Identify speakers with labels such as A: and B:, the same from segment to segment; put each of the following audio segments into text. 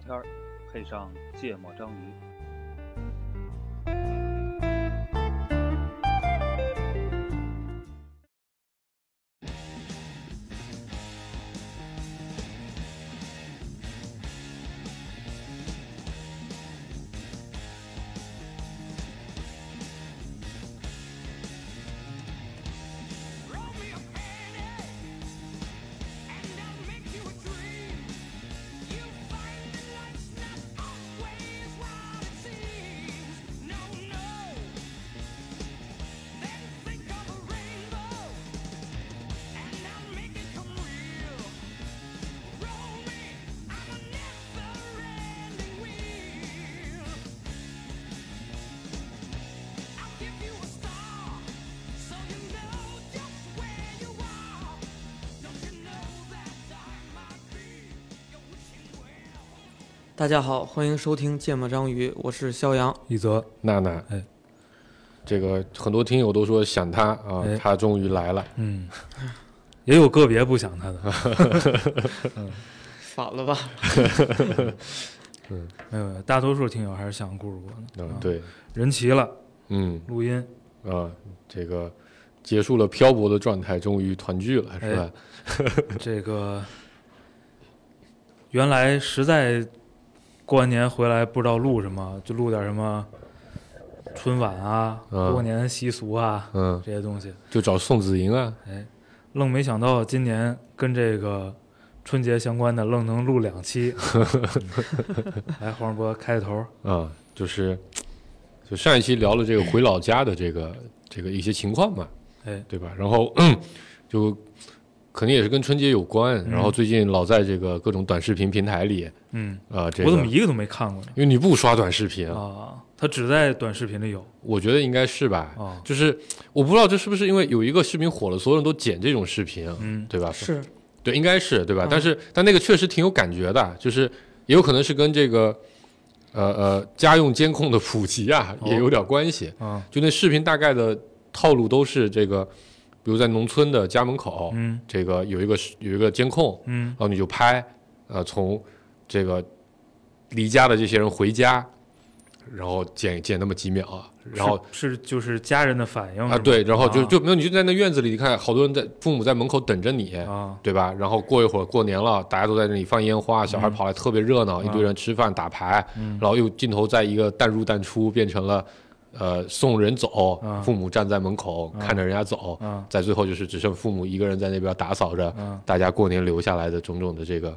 A: 片儿，配上芥末章鱼。
B: Roll me a penny, and I'll make you a dream. You'll find that life's not always what it seems. No, no. Then think of a rainbow, and I'll make it come real. Roll me, I'm a never-ending wheel. I'll give you a star, so you know just where you are. Don't you know that I'm my dream? You're wishing well.
C: 大家好，欢迎收听《芥末章鱼》，我是肖阳。
D: 一泽，
E: 娜娜，
D: 哎，
E: 这个很多听友都说想她啊
D: 哎，
E: 她终于来了。
D: 嗯，也有个别不想他的，
C: 反了吧？
D: 没有，大多数听友还是想顾主播的。
E: 嗯
D: 啊，，
E: 对，
D: 人齐了，
E: 嗯
D: 录音，
E: 啊，这个结束了漂泊的状态，终于团聚了，
D: 哎
E: 是吧？
D: 这个原来实在过完年回来不知道录什么，就录点什么春晚啊、
E: 嗯
D: 过年习俗啊
E: 嗯，
D: 这些东西。
E: 就找宋子莹啊，
D: 哎，愣没想到今年跟这个春节相关的愣能录两期。来，黄世波开个头。
E: 啊，就是就上一期聊了这个回老家的这个这个一些情况嘛，
D: 哎，
E: 对吧？然后就肯定也是跟春节有关，然后最近老在这个各种短视频平台里
D: 嗯，
E: 啊，这
D: 我怎
E: 个
D: 么一个都没看过呢？
E: 因为你不刷短视频，
D: 啊，他只在短视频里有
E: 我觉得应该是吧，
D: 啊。
E: 就是我不知道这是不是因为有一个视频火了，所有人都剪这种视频，
D: 嗯，
E: 对吧？
C: 是，
E: 对，应该是对吧？
C: 嗯
E: 但是但那个确实挺有感觉的，就是也有可能是跟这个呃呃家用监控的普及啊
D: 哦
E: 也有点关系。
D: 啊，
E: 就那视频大概的套路都是这个，比如在农村的家门口，
D: 嗯
E: 这个有一个有一个监控，
D: 嗯
E: 然后你就拍，呃，从这个离家的这些人回家，然后剪剪那么几秒啊，然后
D: 是是就是家人的反应
E: 啊，对，然后就
D: 啊
E: 就没有你就在那院子里，你看好多人在父母在门口等着你，
D: 啊，
E: 对吧？然后过一会儿过年了，大家都在那里放烟花，小孩跑来特别热
D: 啊
E: 闹，一堆人吃饭打牌，
D: 嗯
E: 然后又镜头在一个淡入淡出，变成了呃送人走，
D: 啊
E: 父母站在门口、看着人家走，
D: 啊
E: 在最后就是只剩父母一个人在那边打扫着、
D: 啊
E: 大家过年留下来的种种的这个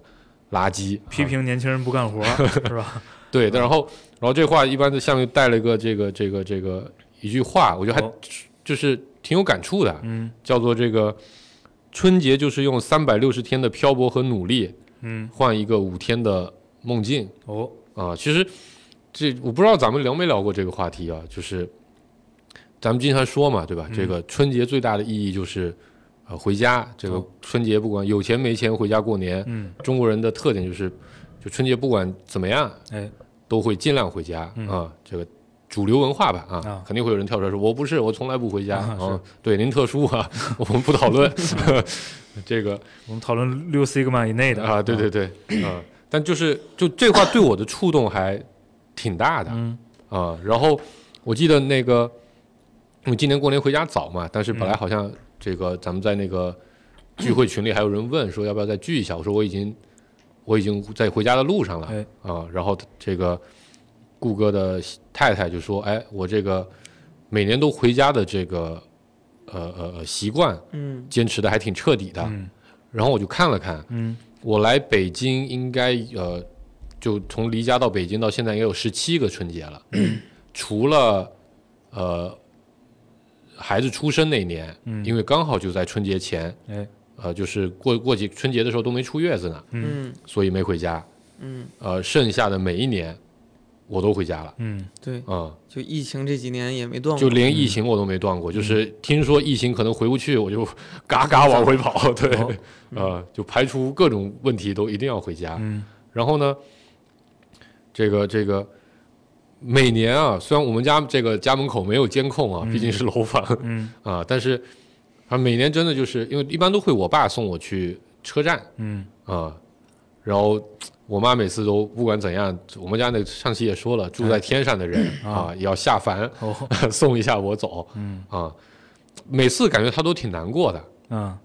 E: 垃圾。啊
D: 批评啊年轻人不干活 是吧？
E: 对，但然后然后这话一般的下面带了一个这个这个这个一句话，我觉得还
D: 哦
E: 就是挺有感触的，
D: 嗯
E: 叫做这个春节就是用三百六十天的漂泊和努力
D: 嗯，
E: 换一个五天的梦境
D: 哦，
E: 啊、其实这我不知道咱们聊没聊过这个话题啊，就是咱们经常说嘛，对吧？这个春节最大的意义就是呃回家。这个
D: 哦
E: 春节不管有钱没钱回家过年，
D: 嗯，
E: 中国人的特点就是就春节不管怎么样
D: 哎，嗯
E: 都会尽量回家啊、这个。主流文化吧，啊，
D: 啊
E: 肯定会有人跳出来说我不是，我从来不回家
D: 啊是
E: 对，您特殊啊， 我们不讨论 这个，
D: 我们讨论六 sigma 以内的
E: 啊，对对，对，啊，但就是就这话对我的触动还挺大的
D: 嗯
E: 啊。然后我记得那个，我今年过年回家早嘛，但是
D: 嗯
E: 本来好像这个咱们在那个聚会群里还有人问说要不要再聚一下，我说我已经我已经在回家的路上了
D: 哎
E: 啊。然后这个顾哥的太太就说：“哎，我这个每年都回家的这个呃呃呃习惯
C: 嗯，
E: 坚持的还挺彻底的。
D: 嗯
E: 然后我就看了看。
D: 嗯，
E: 我来北京应该呃，就从离家到北京到现在应该有十七个春节了，
C: 嗯
E: 除了呃孩子出生那年，
C: 嗯
E: 因为刚好就在春节前，
D: 哎，
E: 呃，就是过过节春节的时候都没出月子呢，
C: 嗯，
E: 所以没回家。
C: 嗯，
E: 呃，剩下的每一年我都回家了，
D: 嗯
C: 对，
E: 嗯，
C: 就疫情这几年也没断过，
E: 就连疫情我都没断
D: 嗯
E: 过，就是听说疫情可能回不去，我就嘎嘎往回跑，对，
D: 哦
E: 呃，就排除各种问题都一定要回家，
D: 嗯
E: 然后呢，这个这个每年啊，虽然我们家这个家门口没有监控啊，毕竟是楼房、
D: 嗯
E: 啊，但是啊，每年真的就是因为一般都会我爸送我去车站
D: 嗯
E: 啊，然后我妈每次都不管怎样，我们家那上期也说了，住在天上的人、啊，也要下凡
D: 嗯哦，
E: 送一下我走，
D: 嗯
E: 啊，每次感觉她都挺难过的。
D: 嗯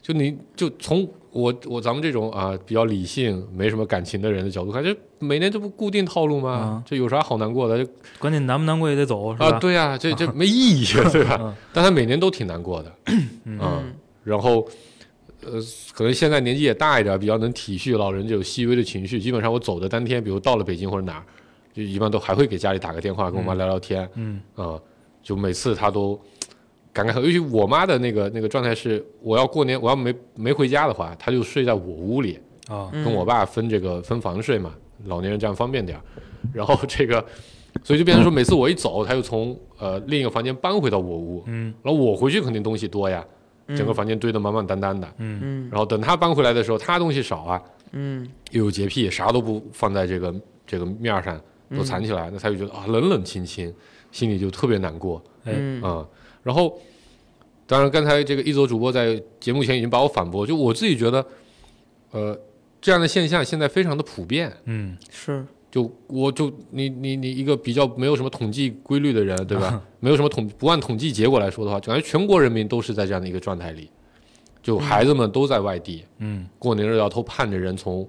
E: 就你就从我我咱们这种啊比较理性、没什么感情的人的角度看，这每年这不固定套路吗
D: 嗯？
E: 这有啥好难过的？这
D: 关键难不难过也得走，是吧？
E: 啊，，对啊，这这 没意义，对吧
D: 嗯？
E: 但他每年都挺难过的，啊，
C: 嗯
E: 然后。呃，可能现在年纪也大一点，比较能体恤老人这种细微的情绪。基本上我走的当天，比如到了北京或者哪儿，就一般都还会给家里打个电话，跟我妈聊聊天。
D: 嗯
E: 啊、就每次她都感慨很，尤其我妈的那个那个状态是，我要过年，我要没没回家的话，她就睡在我屋里，
D: 啊，
E: 跟我爸分这个分房睡嘛，老年人这样方便点儿。然后这个，所以就变成说，每次我一走，她就从呃另一个房间搬回到我屋，
D: 嗯
E: 然后我回去肯定东西多呀，整个房间堆得满满当当的。
D: 嗯
C: 嗯
E: 然后等她搬回来的时候，她东西少啊，
C: 嗯
E: 又有洁癖，啥都不放在这个这个面儿上，都藏起来，那她就觉得啊冷冷清清，心里就特别难过。
C: 嗯
E: 啊、然后，当然，刚才这个一卓主播在节目前已经把我反驳，就我自己觉得，呃，这样的现象现在非常的普遍。
D: 嗯，
C: 是
E: 就我就你你你一个比较没有什么统计规律的人，对吧？没有什么统不按统计结果来说的话，感觉全国人民都是在这样的一个状态里，就孩子们都在外地，
D: 嗯
E: 过年热要都盼着人从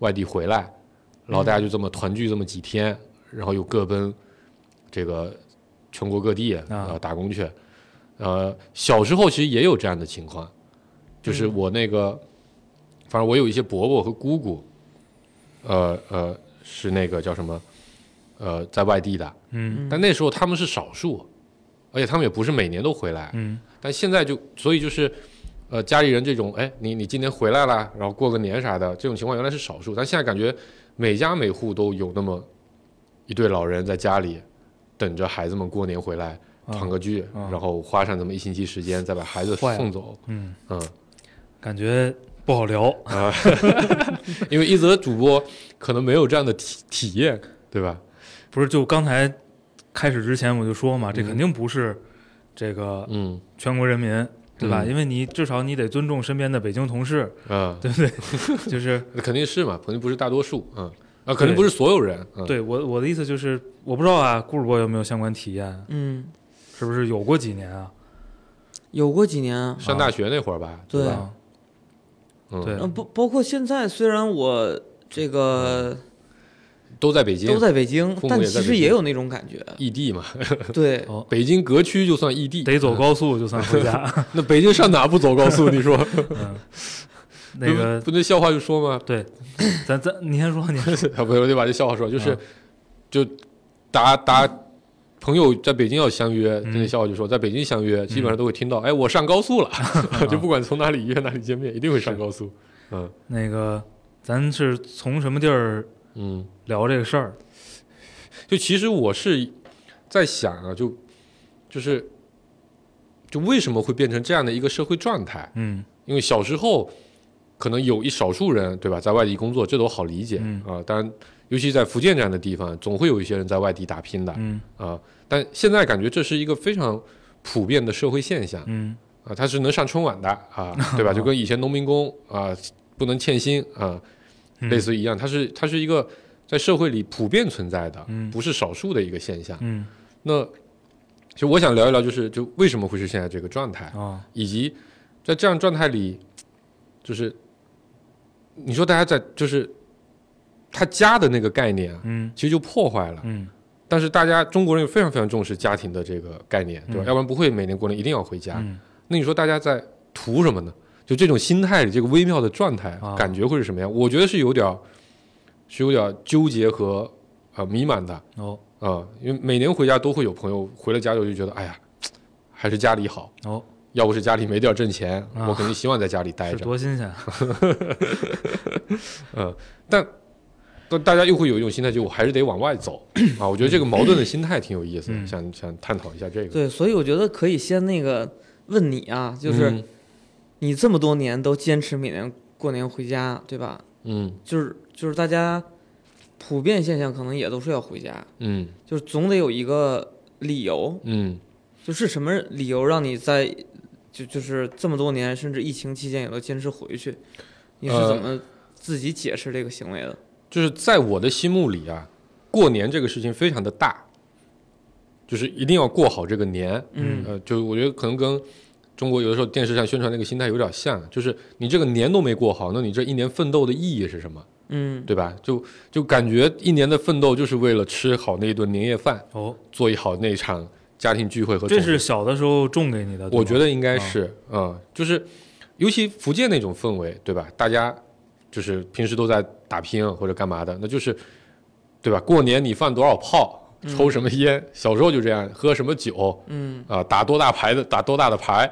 E: 外地回来，然后大家就这么团聚这么几天，然后又各奔这个全国各地呃打工去。呃，小时候其实也有这样的情况，就是我那个，反正我有一些伯伯和姑姑，呃呃，是那个叫什么，呃，在外地的，
D: 嗯
E: 但那时候他们是少数，而且他们也不是每年都回来，
D: 嗯
E: 但现在就所以就是，呃，家里人这种，哎，你你今年回来了，然后过个年啥的，这种情况原来是少数，但现在感觉每家每户都有那么一对老人在家里等着孩子们过年回来团个聚，
D: 啊
E: 然后花上这么一星期时间再把孩子
D: 坏了
E: 送走，
D: 嗯，
E: 嗯，
D: 感觉不好聊，
E: 因为一则主播可能没有这样的体体验，对吧？
D: 不是？就刚才开始之前我就说嘛，这肯定不是这个
E: 嗯
D: 全国人民，对吧？
E: 嗯
D: 因为你至少你得尊重身边的北京同事，
E: 嗯，
D: 对不对？就是
E: 肯定是嘛，肯定不是大多数，嗯啊，肯定不是所有人，嗯，
D: 对我我的意思就是，我不知道啊，顾主播有没有相关体验？啊
C: 嗯，
D: 是不是有过几年啊？
C: 有过几年啊，
E: 上大学那会儿吧，
C: 对
E: 吧？
D: 啊
E: 嗯
D: 对
C: 嗯，包包括现在，虽然我这个
E: 都在北京
C: 都，在北京
E: 父，母
C: 但
E: 嗯也在
C: 其
E: 北
C: 实
E: 京
C: 也有那种感 觉。
E: 异地嘛，
C: 对，
D: 哦
E: 北京隔区就算异地，
D: 得走高速就算回家。
E: 那北京上哪不走高速？你说
D: 嗯， 那个
E: 不那笑话就说吗？
D: 对，咱咱你先说，你先说
E: 啊，不，我就把这笑话说，就是、
D: 啊
E: 就打打朋友在北京要相约，
D: 嗯
E: 那笑话就说在北京相约，基本上都会听到，哎，我上高速 了，就
D: 啊
E: 不管从哪里约哪里见面，一定会上高速。嗯
D: 那个，咱是从什么地儿
E: 嗯，
D: 聊这个事儿？
E: 就其实我是在想啊，就就是就为什么会变成这样的一个社会状态？
D: 嗯
E: 因为小时候可能有一少数人，对吧，在外地工作，这都好理解啊、
D: 嗯
E: 当然，尤其在福建这样的地方，总会有一些人在外地打拼的啊、
D: 嗯
E: 但现在感觉这是一个非常普遍的社会现象啊、
D: 嗯
E: 它是能上春晚的 啊、对吧？就跟以前农民工啊、不能欠薪啊、
D: 嗯
E: 类似一样，它是它是一个在社会里普遍存在的，
D: 嗯
E: 不是少数的一个现象。
D: 嗯
E: 那其实我想聊一聊，就是就为什么会是现在这个状态？
D: 啊
E: 以及在这样状态里，就是你说大家在就是他家的那个概念啊，
D: 嗯
E: 其实就破坏了。
D: 嗯
E: 但是大家中国人非常非常重视家庭的这个概念，对吧？
D: 嗯
E: 要不然不会每年过年一定要回家。
D: 嗯
E: 那你说大家在图什么呢？就这种心态里，这个微妙的状态，
D: 啊
E: 感觉会是什么样？我觉得是有点儿，是有点儿纠结和呃迷茫的。
D: 哦
E: 啊、因为每年回家都会有朋友回了家之后就觉得，哎呀，还是家里好。
D: 哦，
E: 要不是家里没地儿挣钱，
D: 啊
E: 我肯定希望在家里待
D: 是
E: 着。
D: 多新鲜！啊
E: 但大家又会有一种心态，就我还是得往 外走啊。我觉得这个矛盾的心态挺有意思的，
D: 嗯
E: 想想探讨一下这个。
C: 对，所以我觉得可以先那个问你啊，就是
E: 嗯
C: 你这么多年都坚持每年过年回家，对吧？
E: 嗯
C: 就是就是大家普遍现象可能也都是要回家，
E: 嗯
C: 就是总得有一个理由，
E: 嗯
C: 就是什么理由让你在就就是这么多年，甚至疫情期间也都坚持回去？你是
E: 呃
C: 怎么自己解释这个行为的？
E: 就是在我的心目里啊，过年这个事情非常的大，就是一定要过好这个年。
C: 嗯，
E: 呃，就我觉得可能跟中国有的时候电视上宣传那个心态有点像，就是你这个年都没过好，那你这一年奋斗的意义是什么？
C: 嗯
E: 对吧？就就感觉一年的奋斗就是为了吃好那一顿年夜饭，
D: 哦，
E: 做一好那一场家庭聚会和总
D: 这
E: 结
D: 是小的时候种给你的，对吗
E: 我觉得应该是，嗯，就是尤其福建那种氛围，对吧？大家就是平时都在打拼啊或者干嘛的，那就是对吧？过年你放多少炮，
D: 嗯
E: 抽什么烟，小时候就这样，喝什么酒
C: 嗯
E: 啊、打多大牌的，打多大的牌，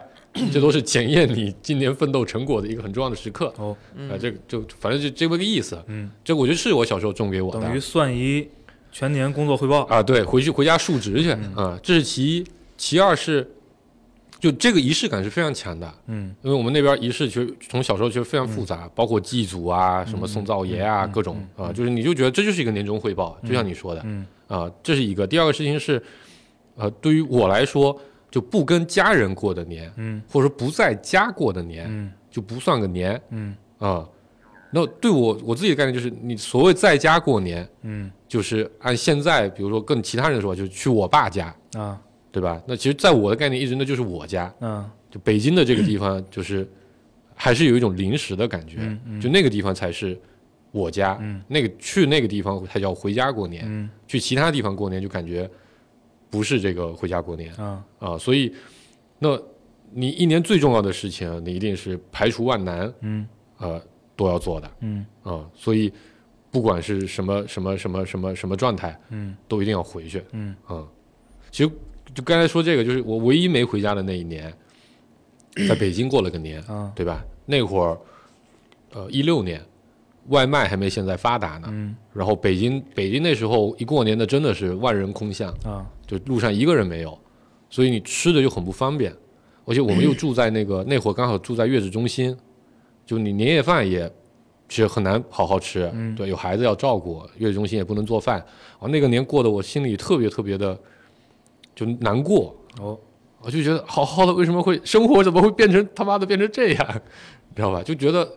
E: 这都是检验你今年奋斗成果的一个很重要的时刻。
D: 哦，
E: 啊、这个就反正就这么个意思。
D: 嗯，
E: 这我觉得是我小时候种给我的
D: 等于算一全年工作汇报。
E: 啊，对，回去回家述职去啊、
D: 嗯
E: 这是其一，其二是就这个仪式感是非常强的。
D: 嗯
E: 因为我们那边仪式其实从小时候其实非常复杂，包括祭祖啊、
D: 嗯
E: 什么送灶爷啊、各种啊、就是你就觉得这就是一个年终汇报，就像你说的啊、
D: 嗯
E: 这是一个。第二个事情是，呃，对于我来说，就不跟家人过的年，
D: 嗯
E: 或者说不在家过的年，
D: 嗯
E: 就不算个年
D: 嗯
E: 啊、那对我我自己的概念就是，你所谓在家过年，
D: 嗯
E: 就是按现在比如说跟其他人的说法，就是去我爸家，
D: 啊
E: 对吧？那其实在我的概念一直那就是我家，
D: 嗯
E: 就北京的这个地方，就是还是有一种临时的感觉，
D: 嗯嗯
E: 就那个地方才是我家，
D: 嗯
E: 那个去那个地方才叫回家过年，
D: 嗯
E: 去其他地方过年就感觉不是这个回家过年
D: 啊
E: 啊，所以那你一年最重要的事情，啊你一定是排除万难，
D: 嗯
E: 呃，都要做的
D: 嗯
E: 啊，所以不管是什么什么什么什么什么状态，
D: 嗯
E: 都一定要回去，
D: 嗯
E: 嗯，其实就刚才说这个，就是我唯一没回家的那一年，在北京过了个年，
D: 啊
E: 对吧？那会儿，呃，一六年，外卖还没现在发达呢。
D: 嗯
E: 然后北京，北京那时候一过年的真的是万人空巷，
D: 啊
E: 就路上一个人没有，所以你吃的就很不方便。而且
D: 嗯
E: 我们又住在那个那会儿刚好住在月子中心，就你年夜饭也其实很难好好吃，
D: 嗯
E: 对，有孩子要照顾，月子中心也不能做饭。啊，那个年过得我心里特别特别的就难过，
D: 哦
E: 我就觉得好好的为什么会生活怎么会变成他妈的变成这样， 你知道吧？就觉得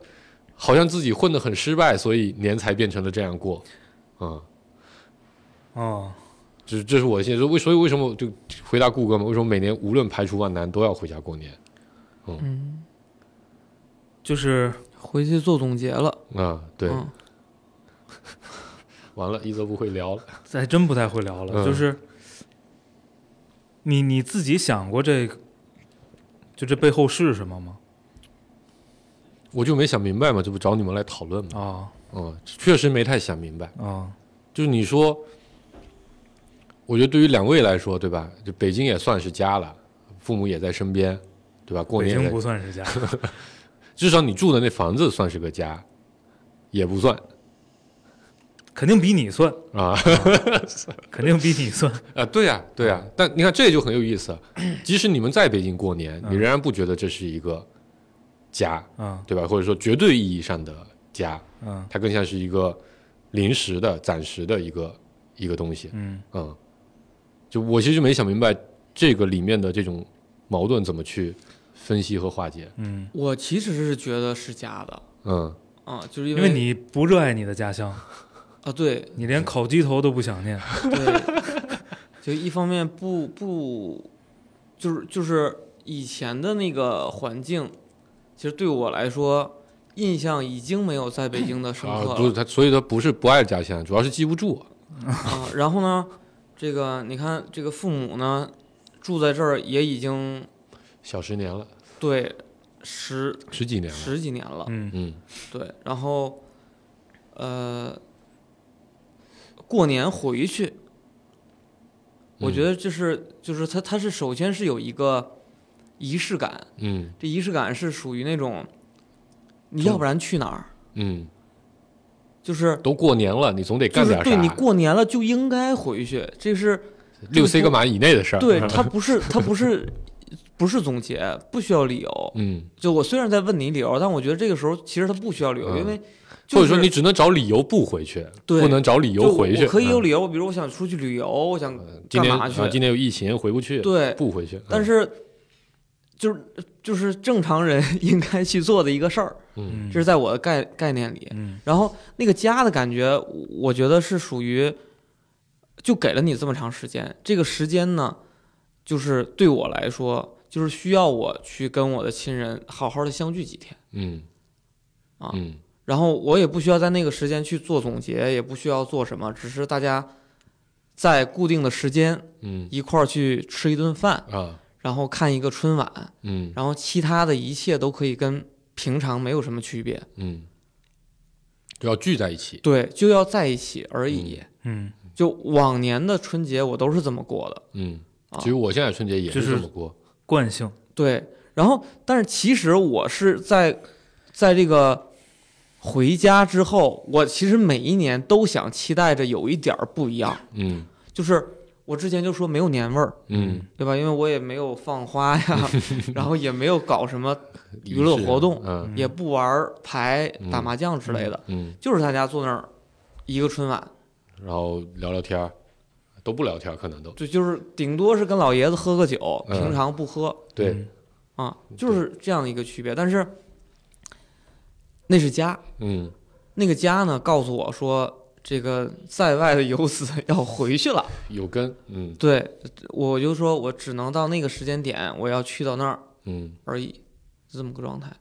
E: 好像自己混得很失败，所以年才变成了这样过，嗯。
D: 哦
E: 这这是我的现实。为所以为什么我就回答顾哥嘛？为什么每年无论排除万难都要回家过年
C: 嗯，
D: 就是
C: 回去做总结了。
E: 啊？对，
C: 嗯
E: 完了，一则不会聊了。
D: 还真不太会聊了，
E: 嗯
D: 就是你你自己想过这个，就这背后是什么吗？
E: 我就没想明白嘛，这不找你们来讨论嘛？
D: 啊
E: 嗯，确实没太想明白。
D: 啊
E: 就是你说，我觉得对于两位来说，对吧？就北京也算是家了，父母也在身边，对吧？过
D: 北
E: 年
D: 京
E: 也
D: 不算是家，
E: 至少你住的那房子算是个家，也不算
D: 肯定比你算，
E: 啊。
D: 肯定比你算。
E: 啊，对呀、对呀、
D: 嗯
E: 但你看，这就很有意思。即使你们在北京过年，
D: 嗯
E: 你仍然不觉得这是一个家，
D: 啊
E: 对吧？或者说绝对意义上的家，
D: 嗯
E: 它更像是一个临时的、暂时的一个一个东西。
D: 嗯
E: 嗯，就我其实没想明白这个里面的这种矛盾怎么去分析和化解。
D: 嗯，
C: 我其实是觉得是假的，
E: 嗯，
C: 啊，就是因
D: 因
C: 为
D: 为你不热爱你的家乡，
C: 啊，对
D: 你连烤鸡头都不想念。
C: 对， 就一方面不不，就是就是以前的那个环境，其实对我来说印象已经没有在北京的深刻
E: 啊，
C: 了。
E: 不是他，所以他不是不爱家乡，主要是记不住。
C: 啊，然后呢，这个你看，这个父母呢住在这儿也已经
E: 小十年了，
C: 对十
E: 十几年了。
C: 十几年了，
D: 嗯
E: 嗯
C: 对，然后呃，过年回去，我觉
E: 嗯
C: 得就是就是他他是首先是有一个仪式感，
E: 嗯
C: 这仪式感是属于那种，你要不然去哪儿，
E: 嗯，
C: 就是
E: 都过年了，你总得
C: 就
E: 干
C: 是
E: 点啥。
C: 对你过年了就应该回去，这是。
E: 六 C 个码以内的 事儿。嗯
C: 对他不是他不是不是总结，不需要理由。
E: 嗯，
C: 就我虽然在问你理由，但我觉得这个时候其实他不需要理由，
E: 嗯
C: 因为、就
E: 或
C: 是、
E: 者说你只能找理由不回去，
C: 对
E: 不能找理由
C: 就
E: 回去。
C: 我可以有
E: 嗯
C: 理由，我比如我想出去旅游，我想
E: 呃今
C: 嗯干
E: 年
C: 嘛去，
E: 啊，今年有疫情回不去，
C: 对
E: 不回去。
C: 但
E: 嗯
C: 是就是就是正常人 应该去做的一个事儿，
E: 嗯
D: 嗯，
C: 这是在我的概概念里。
D: 嗯
C: 然后那个家的感觉，我我觉得是属于，就给了你这么长时间。这个时间呢，就是对我来说，就是需要我去跟我的亲人好好的相聚几天。
E: 嗯
C: 啊
E: 嗯
C: 然后我也不需要在那个时间去做总结，也不需要做什么，只是大家在固定的时间
E: 嗯
C: 一块儿去吃一顿饭，
E: 啊
C: 然后看一个春晚，
E: 嗯
C: 然后其他的一切都可以跟平常没有什么区别。
E: 嗯，就要聚在一起。
C: 对，就要在一起而已。
D: 嗯，
C: 就往年的春节我都是这么过的，
E: 嗯
C: 啊，
E: 其实我现在春节也
D: 就是是
E: 这么过。
D: 惯性，
C: 对。然后，但是其实我是在，在这个回家之后，我其实每一年都想期待着有一点儿不一样，
E: 嗯
C: 就是我之前就说没有年味儿，
E: 嗯，
C: 对吧？因为我也没有放花 呀，然后也没有搞什么，娱乐
E: 仪式
C: 活动
E: 嗯
C: 也不玩儿牌、打
E: 嗯
C: 麻将之类的，
E: 嗯，
C: 就是大家坐那儿一个春晚，
E: 然后聊聊天儿，都不聊天儿，可能都
C: 就就是顶多是跟老爷子喝个酒，
E: 嗯
C: 平常不喝
E: 对。
C: 啊，就是这样的一个区别。但是那是家，
E: 嗯
C: 那个家呢告诉我说，这个在外的游子 要回去了。
E: 有根，嗯
C: 对，我就说我只能到那个时间点，我要去到那儿
E: 嗯。
C: 而已，是这么个状态。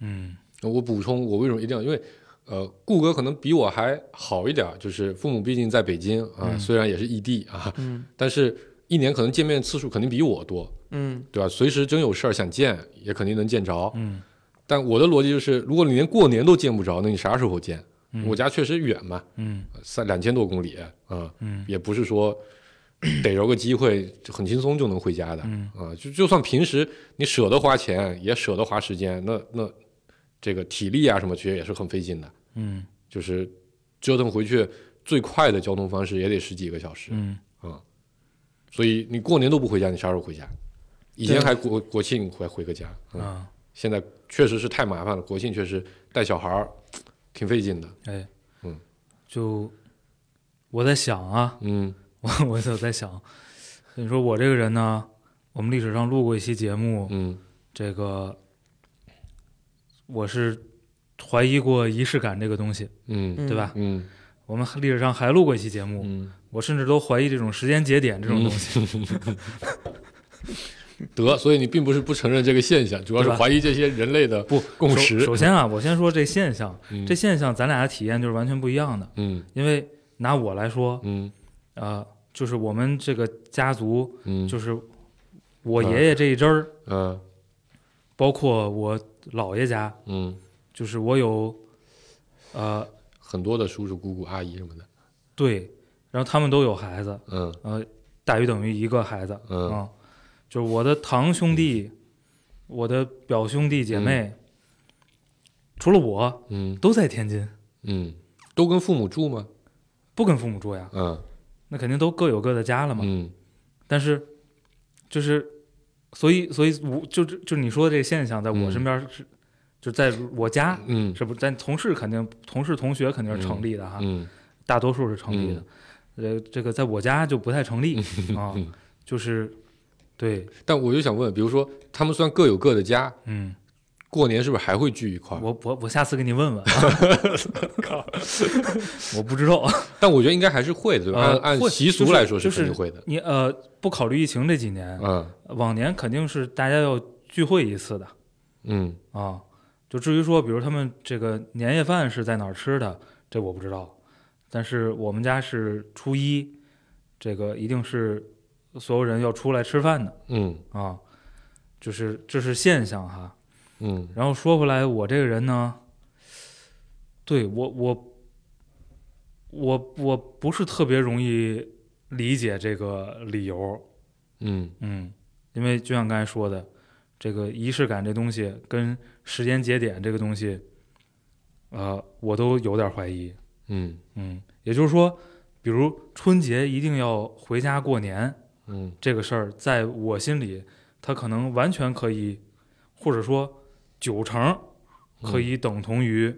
D: 嗯
E: 我补充，我为什么一定要？因为呃，顾哥可能比我还好一点儿，就是父母毕竟在北京啊，虽然也是异地啊，
C: 嗯
E: 但是一年可能见面次数肯定比我多，
C: 嗯
E: 对吧？随时真有事儿想见，也肯定能见着。
D: 嗯
E: 但我的逻辑就是，如果你连过年都见不着，那你啥时候见？我家确实远嘛，
D: 嗯
E: 三两千多公里啊、
D: 嗯
E: 也不是说逮着个机会就很轻松就能回家的啊、
D: 嗯
E: 就就算平时你舍得花钱，也舍得花时间，那那这个体力啊什么，其实也是很费劲的。
D: 嗯
E: 就是折腾回去最快的交通方式也得十几个小时啊、
D: 嗯，
E: 所以你过年都不回家，你啥时候回家？以前
C: 对
E: 还国国庆回回个家，嗯
D: 啊，
E: 现在确实是太麻烦了。国庆确实带小孩儿挺费劲的。
D: 哎，
E: 嗯，
D: 就我在想啊，
E: 嗯
D: 我 我就在想，你说我这个人呢，我们历史上录过一期节目，
E: 嗯
D: 这个我是怀疑过仪式感这个东西，
E: 嗯
C: 嗯，
D: 对吧？嗯我们历史上还录过一期节目，
E: 嗯，
D: 我甚至都怀疑这种时间节点这种东西。
E: 得，所以你并不是不承认这个现象，主要是
D: 对吧
E: 怀疑这些人类的不共
D: 首
E: 识
D: 首。先啊，我先说这现象，
E: 嗯
D: 这现象咱俩的体验就是完全不一样的。
E: 嗯
D: 因为拿我来说，
E: 嗯
D: 呃，就是我们这个家族，
E: 嗯，
D: 就是我爷爷这一支儿，
E: 嗯
D: 包括我姥爷家，
E: 嗯，
D: 就是我有，呃，
E: 很多的叔叔姑姑阿姨什么的。
D: 对，然后他们都有孩子，
E: 嗯
D: 呃，大于等于一个孩子，
E: 嗯
D: 啊就是我的堂兄弟，我的表兄弟姐妹，除了我
E: 嗯
D: 都在天津，
E: 嗯，都跟父母住吗？
D: 不跟父母住呀，
E: 嗯
D: 那肯定都各有各的家了嘛。
E: 嗯
D: 但是就是，所以所以我就就就你说的这现象，在我
E: 嗯
D: 身边是、就在我家。
E: 嗯
D: 是不是？但同事肯定，同事同学肯定是成立的哈，
E: 嗯
D: 大多数是成立的。呃，这个在我家就不太成立啊，就是对，
E: 但我就想问，比如说他们虽然各有各的家，
D: 嗯，
E: 过年是不是还会聚一块儿？
D: 我我我下次给你问问、我不知道。
E: 但我觉得应该还是会的，对吧？
D: 呃
E: 按
D: 会
E: 按习
D: 就
E: 俗
D: 是
E: 来说
D: 就是
E: 肯定会的。
D: 你呃，不考虑疫情这几年，
E: 嗯
D: 往年肯定是大家要聚会一次的
E: 嗯
D: 啊。就至于说，比如他们这个年夜饭是在哪儿吃的，这我不知道。但是我们家是初一，这个一定是所有人要出来吃饭的
E: 嗯
D: 啊，就是这是现象哈。
E: 嗯
D: 然后说回来，我这个人呢，对我我我我不是特别容易理解这个理由，
E: 嗯
D: 嗯，因为就像刚才说的，这个仪式感这东西跟时间节点这个东西，呃，我都有点怀疑，
E: 嗯
D: 嗯，也就是说，比如春节一定要回家过年
E: 嗯
D: 这个事儿，在我心里，它可能完全可以，或者说九成儿
E: 嗯
D: 可以等同于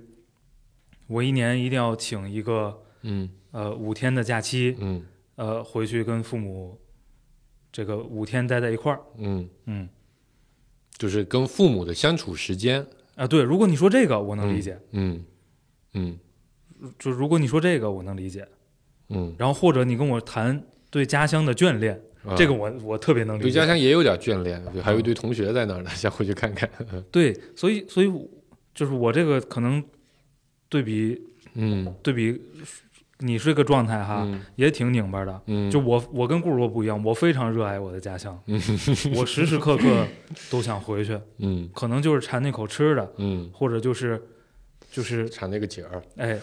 D: 我一年一定要请一个
E: 嗯
D: 呃五天的假期，
E: 嗯
D: 呃回去跟父母这个五天待在一块儿，
E: 嗯，
D: 嗯，
E: 就是跟父母的相处时间。
D: 啊，对，如果你说这个，我能理解。
E: 嗯嗯
D: 就如果你说这个，我能理解。
E: 嗯，
D: 然后或者你跟我谈对家乡的眷恋，
E: 啊
D: 这个我我特别能理解。
E: 对家乡也有点眷恋，对还有一堆同学在那儿呢， 想回去看看。
D: 对，所以所以我就是我这个可能对比
E: 嗯
D: 对比你这个状态哈，
E: 嗯
D: 也挺拧巴的。
E: 嗯，
D: 就我我跟顾主播不一样，我非常热爱我的家乡，我时时刻 刻都想回去，
E: 嗯
D: 可能就是馋那口吃的，
E: 嗯，
D: 或者就是就是
E: 馋那个景儿。
D: 哎，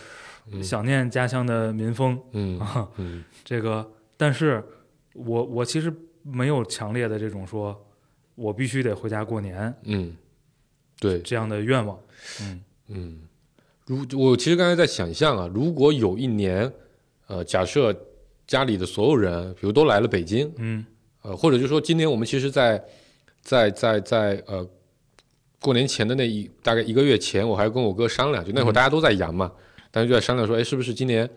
E: 嗯
D: 想念家乡的民风
E: 嗯
D: 啊，
E: 嗯
D: 这个，但是我我其实没有强烈的这种说我必须得回家过年
E: 嗯，对，
D: 这样的愿望，嗯
E: 嗯，如我其实刚才在想象啊，如果有一年，呃，假设家里的所有人，比如都来了北京，
D: 嗯
E: 呃，或者就说今年我们其实在，在在在呃，过年前的那一大概一个月前，我还跟我哥商量，就那会儿大家都在阳嘛，但是就在商量说，哎，是不是今年，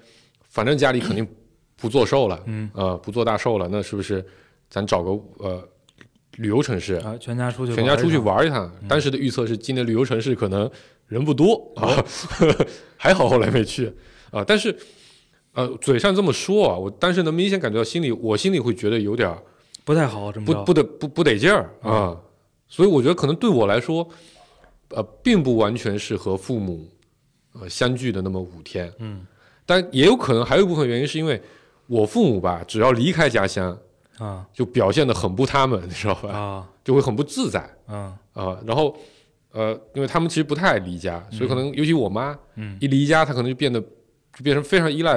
E: 反正家里肯定不做寿了，
D: 嗯
E: 呃，不做大寿了，那是不是咱找个呃旅游城市？
D: 啊，全家出去
E: 全家
D: 一
E: 出去
D: 趟，
E: 玩一趟，当时的预测是今年旅游城市可能人不多啊， 还好后来没去啊。但是，呃，嘴上这么说啊，我但是能明显感觉到心里，我心里会觉得有点儿
D: 不太好，这么
E: 不
D: 着嗯
E: 不得不不得劲儿啊、所以我觉得可能对我来说，呃，并不完全是和父母呃相聚的那么五天，
D: 嗯，
E: 但也有可能还有一部分原因是因为我父母吧，只要离开家乡，
D: 啊
E: 就表现的很不他们，你知道吧，
D: 啊
E: 就会很不自在
D: 嗯
E: 啊、然后。呃，因为他们其实不太爱离家，所以可能尤其我妈，
D: 嗯
E: 一离家，她可能就变得就变成非常依赖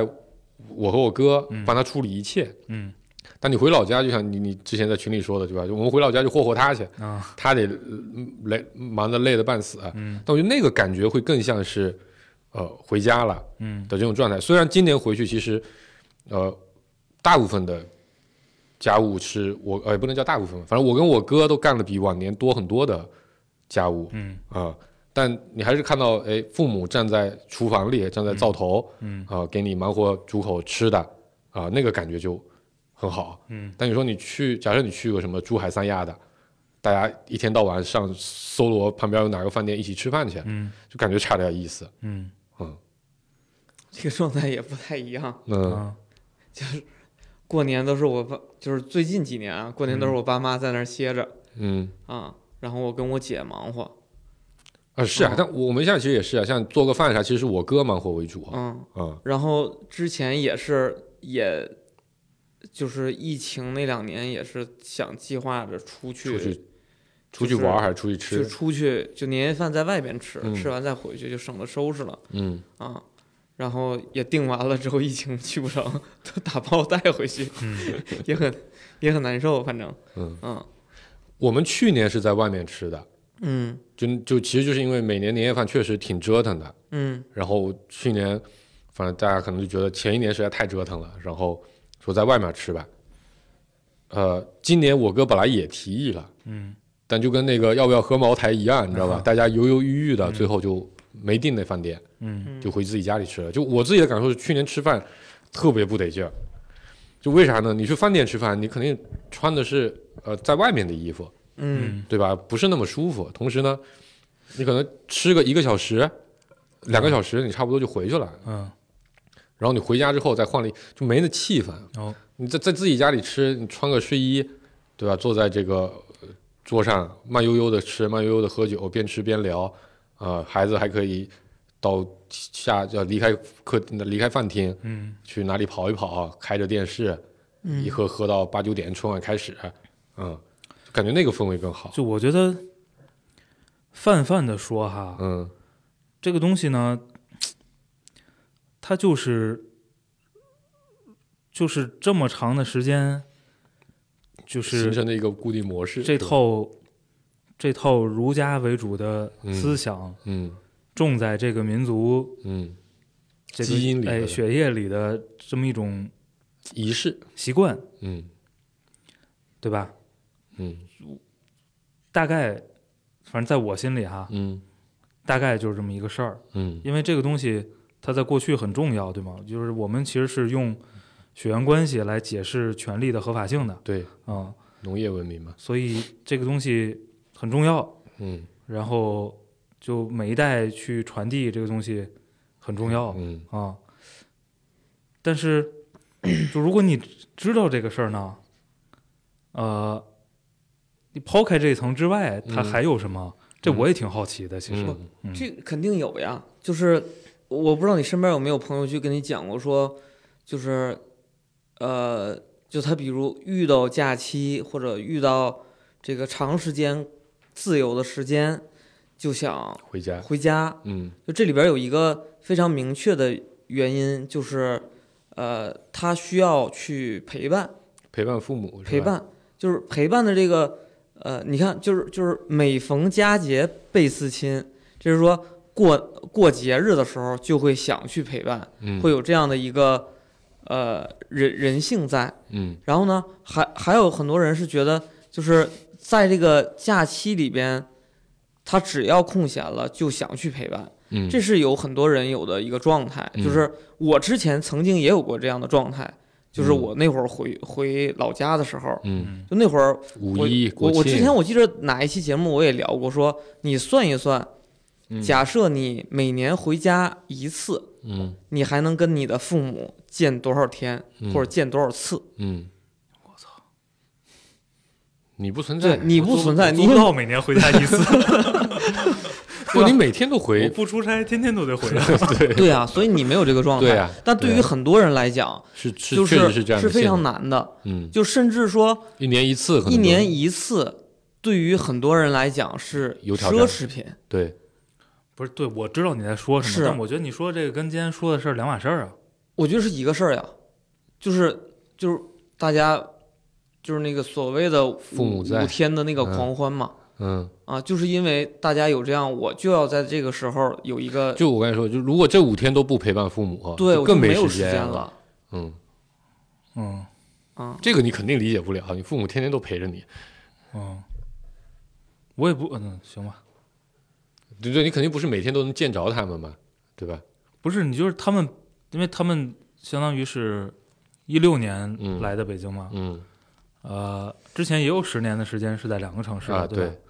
E: 我和我哥帮她处理一切。
D: 嗯
E: 但你回老家，就像你你之前在群里说的，对吧？就我们回老家就霍霍她去，
D: 啊
E: 他得嗯累忙得累得半死、啊
D: 嗯
E: 但我觉得那个感觉会更像是，呃，回家了
D: 嗯
E: 的这种状态。虽然今年回去，其实，呃，大部分的家务是我呃也不能叫大部分吧，反正我跟我哥都干了比往年多很多的家务
D: 嗯
E: 啊、但你还是看到，哎，父母站在厨房里，站在灶头，
D: 嗯
E: 啊、给你忙活煮口吃的，啊、那个感觉就很好。
D: 嗯，
E: 但你说你去，假设你去个什么珠海、三亚的，大家一天到晚上搜罗旁边有哪个饭店一起吃饭去，
D: 嗯
E: 就感觉差点意思。
D: 嗯
E: 嗯
C: 这个状态也不太一样。
E: 嗯
D: 啊
C: 过年都是我爸，就是最近几年啊，过年都是我爸妈在那儿歇着
E: 嗯
C: 啊，然后我跟我姐忙活，
E: 啊，是啊
D: 哦
C: 嗯，
E: 但我们现在其实也是啊，像做个饭啥，其实是我哥忙活为主啊。
C: 嗯，
E: 嗯
C: 然后之前也是，也就是疫情那两年也是想计划着出去，
E: 出去出去
C: 就是
E: 玩还是出去
C: 就
E: 吃？
C: 出去就年夜饭在外边吃，
E: 嗯
C: 吃完再回去就省得收拾了
E: 嗯
C: 啊。然后也定完了之后，疫情去不成，都打包带回去，
D: 嗯
C: 也很也很难受，反正，
E: 嗯，
C: 嗯
E: 我们去年是在外面吃的，
C: 嗯
E: 就就其实就是因为每年年夜饭确实挺折腾的，
C: 嗯
E: 然后去年，反正大家可能就觉得前一年实在太折腾了，然后说在外面吃吧。呃，今年我哥本来也提议了，
D: 嗯
E: 但就跟那个要不要喝茅台一样，你知 道吧？
D: 啊
E: 大家犹犹豫豫的，最后就没订那饭店，
D: 嗯
E: 就回自己家里吃了。就我自己的感受是，去年吃饭特别不得劲儿，就为啥呢？你去饭店吃饭，你肯定穿的是呃在外面的衣服，
C: 嗯，
E: 对吧？不是那么舒服。同时呢，你可能吃个一个小时、两个小时，你差不多就回去了。
D: 嗯
E: 然后你回家之后再换了一，就没那气氛。
D: 哦
E: 你在在自己家里吃，你穿个睡衣，对吧？坐在这个呃桌上，慢悠悠的吃，慢悠悠的喝酒，边吃边聊。呃，孩子还可以到下要离开客离开饭厅，
D: 嗯
E: 去哪里跑一跑，开着电视，一喝喝到八九点，春晚开始，嗯，就感觉那个氛围更好。
D: 就我觉得泛泛的说哈，
E: 嗯
D: 这个东西呢，它就是就是这么长的时间，就
E: 形
D: 是
E: 成的一个固定模式。
D: 这
E: 是吧，
D: 套这套儒家为主的
E: 嗯
D: 思想
E: 嗯
D: 种在这个民族
E: 嗯，
D: 这个
E: 基因里
D: 哎
E: 的
D: 血液里的这么一种
E: 仪式，
D: 习惯，
E: 嗯
D: 对吧？
E: 嗯
D: 大概反正在我心里哈，
E: 嗯
D: 大概就是这么一个事儿。
E: 嗯
D: 因为这个东西它在过去很重要，对吗？就是我们其实是用血缘关系来解释权利的合法性的，
E: 对，
D: 嗯，
E: 农业文明嘛，
D: 所以这个东西很重要。
E: 嗯，
D: 然后就每一代去传递这个东西很重要
E: 嗯
D: 啊。但是，就如果你知道这个事儿呢，呃，你抛开这一层之外，它
E: 嗯
D: 还有什么？这我也挺好奇的，其实。
E: 嗯
D: 嗯
C: 这肯定有呀，就是我不知道你身边有没有朋友去跟你讲过说，就是呃，就他比如遇到假期或者遇到这个长时间自由的时间，就想
E: 回家，
C: 回家。
E: 嗯
C: 就这里边有一个非常明确的原因，就是呃，他需要去陪伴，
E: 陪伴父母，
C: 陪，伴就是陪伴的这个呃，你看，就是就是每逢佳节倍思亲，就是说过过节日的时候就会想去陪伴，
E: 嗯，
C: 会有这样的一个呃人人性在。
E: 嗯
C: 然后呢，还还有很多人是觉得，就是在这个假期里边，他只要空闲了就想去陪伴，
E: 嗯，
C: 这是有很多人有的一个状态。
E: 嗯
C: 就是我之前曾经也有过这样的状态，就是
E: 嗯
C: 我那会儿回回老家的时候，
E: 嗯，
D: 嗯
C: 就那会儿
E: 五
C: 我
E: 一
C: 我
E: 国庆，
C: 我之前我记得哪一期节目我也聊过说，你算一算，
E: 嗯
C: 假设你每年回家一次，
E: 嗯
C: 你还能跟你的父母见多少天、
E: 嗯
C: 或者见多少次？
E: 嗯，我操，你不存在
C: 对，，你不存在，你
D: 做不到每年回家一次，
E: 不，你每天都
D: 我
E: 回，
D: 不出差，天天都得回来。
C: 对啊，所以你没有这个状态。
E: 对啊
C: 但对于
E: 对啊
C: 很多人来讲，
E: 是是
C: 就
E: 确实是这样的
C: 是非
E: 现
C: 常
E: 象，
C: 难的，
E: 嗯，
C: 就甚至说
E: 一年一次，可能
C: 一
E: 都
C: 年一次，对于很多人来讲是
E: 有挑
C: 奢
E: 战
C: 侈品。
E: 对，
D: 不是，对我知道你在说什
C: 是
D: 么，但我觉得你说这个跟今天说的事儿两码事儿啊。
C: 我觉得是一个事儿呀，就是就是大家就是那个所谓的
E: 父母
C: 五
E: 在
C: 五天的那个狂欢嘛，
E: 嗯，
C: 啊，就是因为大家有这样，我就要在这个时候有一个
E: 就我刚才说，就如果这五天都不陪伴父母啊，
C: 呃对，
E: 就
C: 我就
E: 更
C: 没有
E: 时
C: 间
E: 了，
C: 了
E: 嗯，
D: 嗯
C: 啊。
E: 这个你肯定理解不了，你父母天天都陪着你，
D: 嗯，我也不嗯，行吧。
E: 对对，你肯定不是每天都能见着他们嘛，对吧？
D: 不是，你就是他们，因为他们相当于是一六年
E: 嗯
D: 来的北京嘛，
E: 嗯
D: 呃，之前也有十年的时间是在两个城市的
E: 啊，
D: 对吧
E: 对，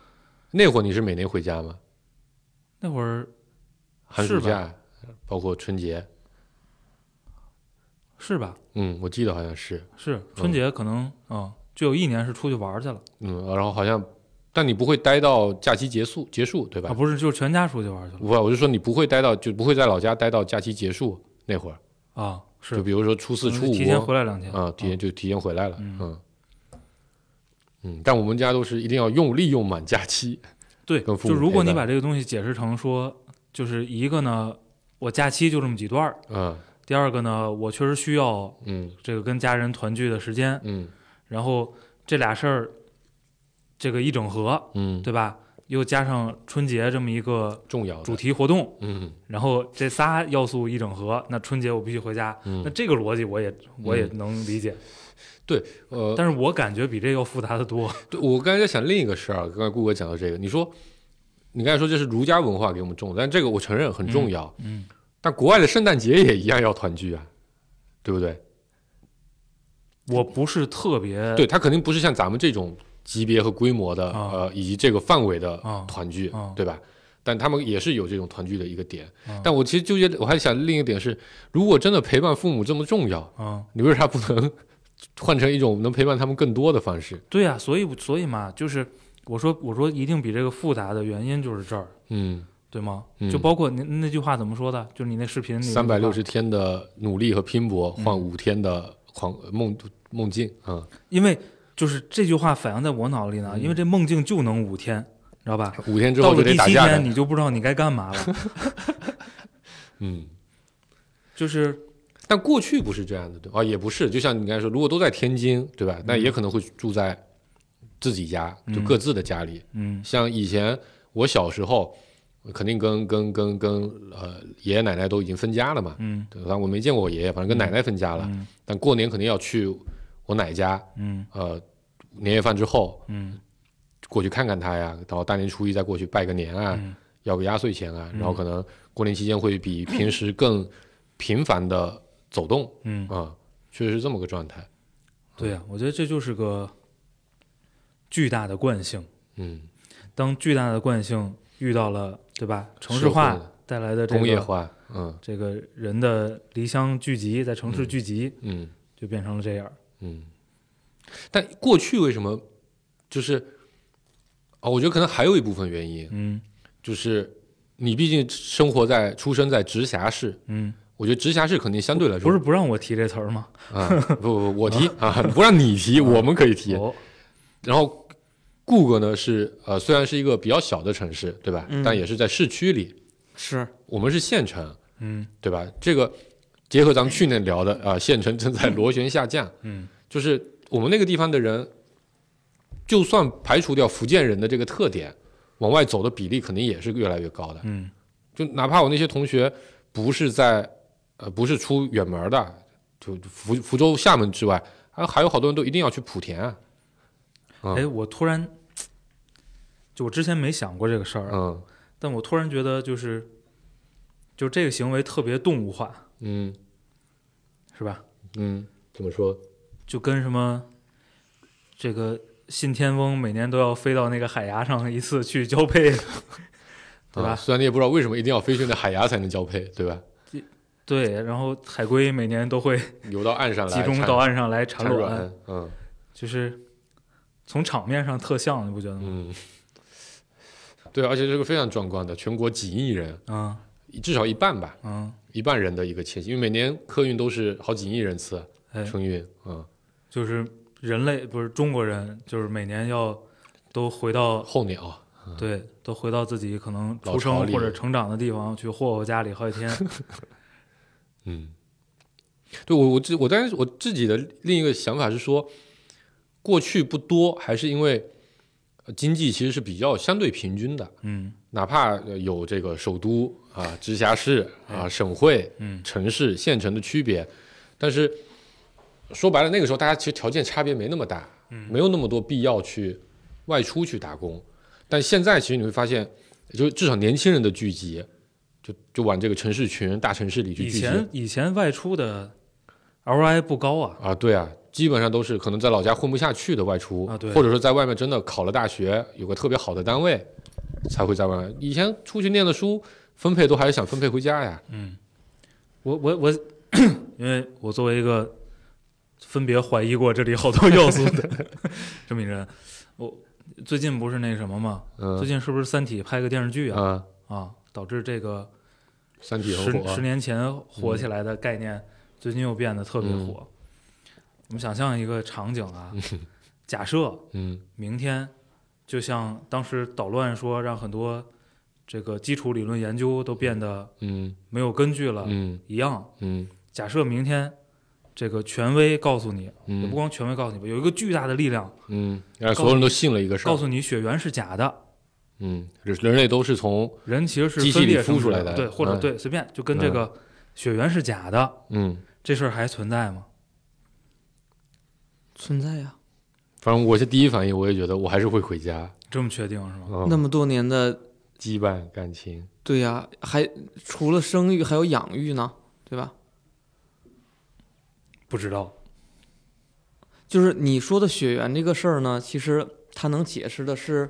E: 那会儿你是每年回家吗？
D: 那会儿
E: 寒
D: 是
E: 暑
D: 吧
E: 假，包括春节，
D: 是吧？
E: 嗯，我记得好像是，
D: 是春节可能啊、嗯就有一年是出去玩去了
E: 嗯，然后好像，但你不会待到假期结束结束，对吧？
D: 啊，不是，就是全家出去玩去了
E: 不，我就说你不会待到，就不会在老家待到假期结束那会儿，
D: 啊，是
E: 就比如说初四、
D: 可能
E: 初
D: 是
E: 五
D: 提前回来两天
E: 啊，提前就提前回来了，
D: 嗯
E: 嗯嗯，但我们家都是一定要用利用满假期，
D: 对，
E: 跟父
D: 就
E: 母
D: 如果
E: 陪
D: 你
E: 伴
D: 把这个东西解释成说，就是一个呢，我假期就这么几段儿。
E: 嗯
D: 第二个呢，我确实需要
E: 嗯
D: 这个跟家人团聚的时间，
E: 嗯
D: 然后这俩事儿，这个一整合，
E: 嗯，
D: 对吧？又加上春节这么一个
E: 重要的
D: 主，题活动，
E: 嗯
D: 然后这仨要素一整合，那春节我必须回家。那
E: 嗯，
D: 这个逻辑我也我也
E: 嗯
D: 能理解，
E: 呃，
D: 但是我感觉比这要复杂的 多。
E: 对，我刚才在想另一个事儿，啊刚才顾哥讲到这个，你说你刚才说这是儒家文化给我们种的，但这个我承认很重要，
D: 嗯，
E: 但国外的圣诞节也一样要团聚啊，对不对？
D: 我不是特别
E: 对，它肯定不是像咱们这种级别和规模的，
D: 呃啊
E: 呃，以及这个范围的
D: 啊
E: 团聚，
D: 啊
E: 对吧？但他们也是有这种团聚的一个点。
D: 啊
E: 但我其实纠结，我还想另一个点是，如果真的陪伴父母这么重要，
D: 嗯，
E: 你为啥不能换成一种能陪伴他们更多的方式？
D: 对呀、所以所以嘛，就是我说我说一定比这个复杂的原因就是这儿，
E: 嗯，
D: 对吗？
E: 嗯
D: 就包括你那句话怎么说的？就是你那视频里那句话
E: 三百六十天的努力和拼搏
D: 嗯
E: 换五天的狂梦梦境 啊，
D: 因为就是这句话反映在我脑里呢，因为这梦境就能五天，你知道吧？
E: 五嗯天之
D: 到
E: 后
D: 了
E: 就得
D: 第
E: 打
D: 七
E: 架
D: 天，
E: 了。
D: 你就不知道你该干嘛 了。
E: 嗯，
D: 就是
E: 但过去不是这样的，对吧？啊，也不是，就像你刚才说，如果都在天津，对吧？那
D: 嗯
E: 也可能会住在自己家，就各自的家里。
D: 嗯
E: 像以前我小时候，肯定跟跟跟跟呃爷爷奶奶都已经分家了嘛。
D: 嗯
E: 对，反正我没见过我爷爷，反正跟奶奶分家了。
D: 嗯
E: 但过年肯定要去我奶家，
D: 嗯
E: 呃，年夜饭之后
D: 嗯
E: 过去看看她呀，然后大年初一再过去拜个年啊，
D: 嗯
E: 要个压岁钱啊，然后可能过年期间会 比平时更频繁的走动。
D: 嗯，
E: 啊，确实是这么个状态。
D: 对呀、我觉得这就是个巨大的惯性。
E: 嗯
D: 当巨大的惯性遇到了对吧城市
E: 社
D: 化
E: 会的
D: 带来的这
E: 工业
D: 个
E: 化，嗯
D: 这个人的离乡聚集，在城市聚集、
E: 嗯
D: 就变成了这样。
E: 嗯。但过去为什么就是啊、我觉得可能还有一部分原因，
D: 嗯
E: 就是你毕竟生活在出生在直辖市，
D: 嗯，
E: 我觉得直辖市肯定相对来说
D: 不是不让我提这词儿吗？
E: 啊，不不不，我提 啊，不让你提，我们可以提。
D: 哦，
E: 然后顾哥呢是呃，虽然是一个比较小的城市，对吧？
C: 嗯
E: 但也是在市区里，
C: 是
E: 我们是县城，
D: 嗯
E: 对吧？这个结合咱们去年聊的啊、县城正在螺旋下降，
D: 嗯
E: 就是我们那个地方的人，就算排除掉福建人的这个特点，往外走的比例肯定也是越来越高的。
D: 嗯
E: 就哪怕我那些同学不是在呃不是出远门的，就福福州、厦门之外，啊还有好多人都一定要去莆田啊。嗯
D: 哎，我突然就我之前没想过这个事儿，
E: 嗯
D: 但我突然觉得就是就这个行为特别动物化，
E: 嗯
D: 是吧？
E: 嗯，怎么说？
D: 就跟什么这个信天翁每年都要飞到那个海牙上一次去交配， 对
E: 啊
D: 吧？
E: 虽然你也不知道为什么一定要飞去那海牙才能交配，对吧？
D: 对，然后海龟每年都会
E: 游到岸上来，
D: 集中
E: 产
D: 到岸上来产
E: 产
D: 卵，
E: 卵。嗯
D: 就是从场面上特像，你不觉得吗？
E: 嗯，对，而且这个非常壮观的，全国几亿人，
D: 嗯
E: 至少一半吧，
D: 嗯，
E: 一半人的一个迁徙，因为每年客运都是好几亿人次
D: 哎，
E: 春运。嗯，
D: 就是人类不是中国人，就是每年要都回到
E: 候鸟。
D: 对，都回到自己可能
E: 嗯老
D: 出生
E: 巢里
D: 或者成长的地方去霍霍家里好几天。
E: 嗯，对我我自我当然我自己的另一个想法是说，过去不多，还是因为呃经济其实是比较相对平均的，
D: 嗯
E: 哪怕呃有这个首都啊、直辖市啊、省会、
D: 嗯
E: 城市、县城的区别，但是说白了，那个时候大家其实条件差别没那么大，
D: 嗯
E: 没有那么多必要去外出去打工。但现在其实你会发现，就至少年轻人的聚集，就就往这个城市群、大城市里去
D: 以
E: 聚集。
D: 前以前外出的 ROI 不高啊，
E: 啊，对啊，基本上都是可能在老家混不下去的外出，
D: 啊对
E: 或者说在外面真的考了大学，有个特别好的单位，才会在外面。以前出去念的书，分配都还是想分配回家呀。
D: 嗯我我我， 因为我作为一个分别怀疑过这里好多要素 的这么一人，我最近不是那什么嘛，最
E: 嗯
D: 近是不是《三体》拍个电视剧啊？
E: 啊，
D: 啊，导致这个
E: 三体嗯很
D: 十
E: 火
D: 十，年前火起来的概念，最近又变得特别
E: 嗯
D: 火。我们想象一个场景啊， 假设
E: 嗯
D: 明天，就像当时捣乱说，让很多这个基础理论研究都变得
E: 嗯
D: 没有根据了、
E: 嗯
D: 一样。
E: 嗯
D: 假设明天这个权威告诉你，也不
E: 嗯
D: 光权威告诉你吧，有一个巨大的力量
E: 嗯，让所有人都信了一个事
D: 告
E: 儿，
D: 诉你血缘是假的，
E: 嗯，人人类都是从
D: 人其实是
E: 机器
D: 分裂
E: 里孵
D: 生
E: 出来
D: 的，
E: 的
D: 对，或者
E: 嗯
D: 对，随便就跟这个血缘是假的
E: 嗯，
D: 这事儿还存在吗？
C: 存在呀、
E: 反正我是第一反应，我也觉得我还是会回家。
D: 这么确定是吗？
E: 嗯
C: 那，么多年的，
E: 羁绊感情，
C: 对呀、还除了生育还有养育呢，对吧？
D: 不知道，
C: 就是你说的血缘这个事儿呢，其实它能解释的是，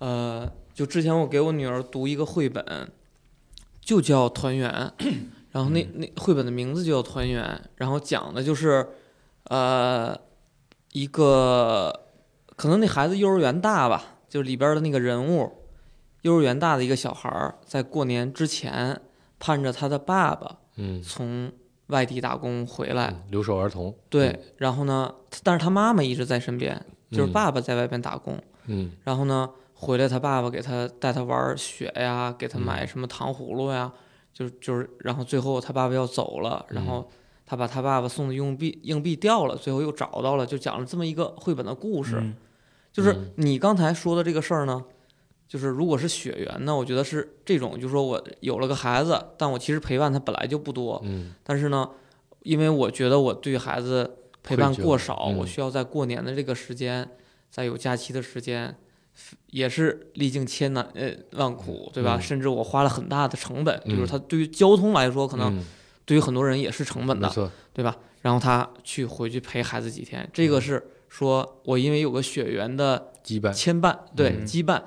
C: 呃，就之前我给我女儿读一个绘本，就叫《团圆》， 然后那那绘本的名字就叫《团圆》，然后讲的就是，呃，一个可能那孩子幼儿园大吧，就里边的那个人物，幼儿园大的一个小孩儿，在过年之前盼着他的爸爸
E: 嗯，
C: 从外地打工回来。
D: 哎
E: 嗯留守儿童，
D: 哦
C: 对，然后呢，他但是他妈妈一直在身边，就是
E: 嗯
C: 爸爸在外边打工，
E: 嗯
C: 然后呢，回来他爸爸给他带他玩雪呀，给他
E: 嗯
C: 买什么糖葫芦呀，就是就是，然后最后他爸爸要走了，
E: 嗯
C: 然后他把他爸爸送的硬币硬币掉了，最后又找到了，就讲了这么一个绘本的故事。
D: 嗯
C: 就是
E: 嗯
C: 你刚才说的这个事儿呢，就是如果是血缘呢，我觉得是这种，就是说我有了个孩子，但我其实陪伴他本来就不多，
E: 嗯
C: 但是呢，因为我觉得我对孩子陪伴
E: 愧疚
C: 过少，
E: 嗯
C: 我需要在过年的这个时间，在有假期的时间，也是历尽千难呃万苦，对吧？
E: 嗯
C: 甚至我花了很大的成本，比
E: 嗯
C: 如他对于交通来说，可能
E: 嗯
C: 对于很多人也是成本
E: 没
C: 的，
E: 错，嗯
C: 对吧？然后他去回去陪孩子几天，这个是说我因为有个血缘的
E: 羁绊，
C: 牵绊，对、
D: 嗯
C: 羁绊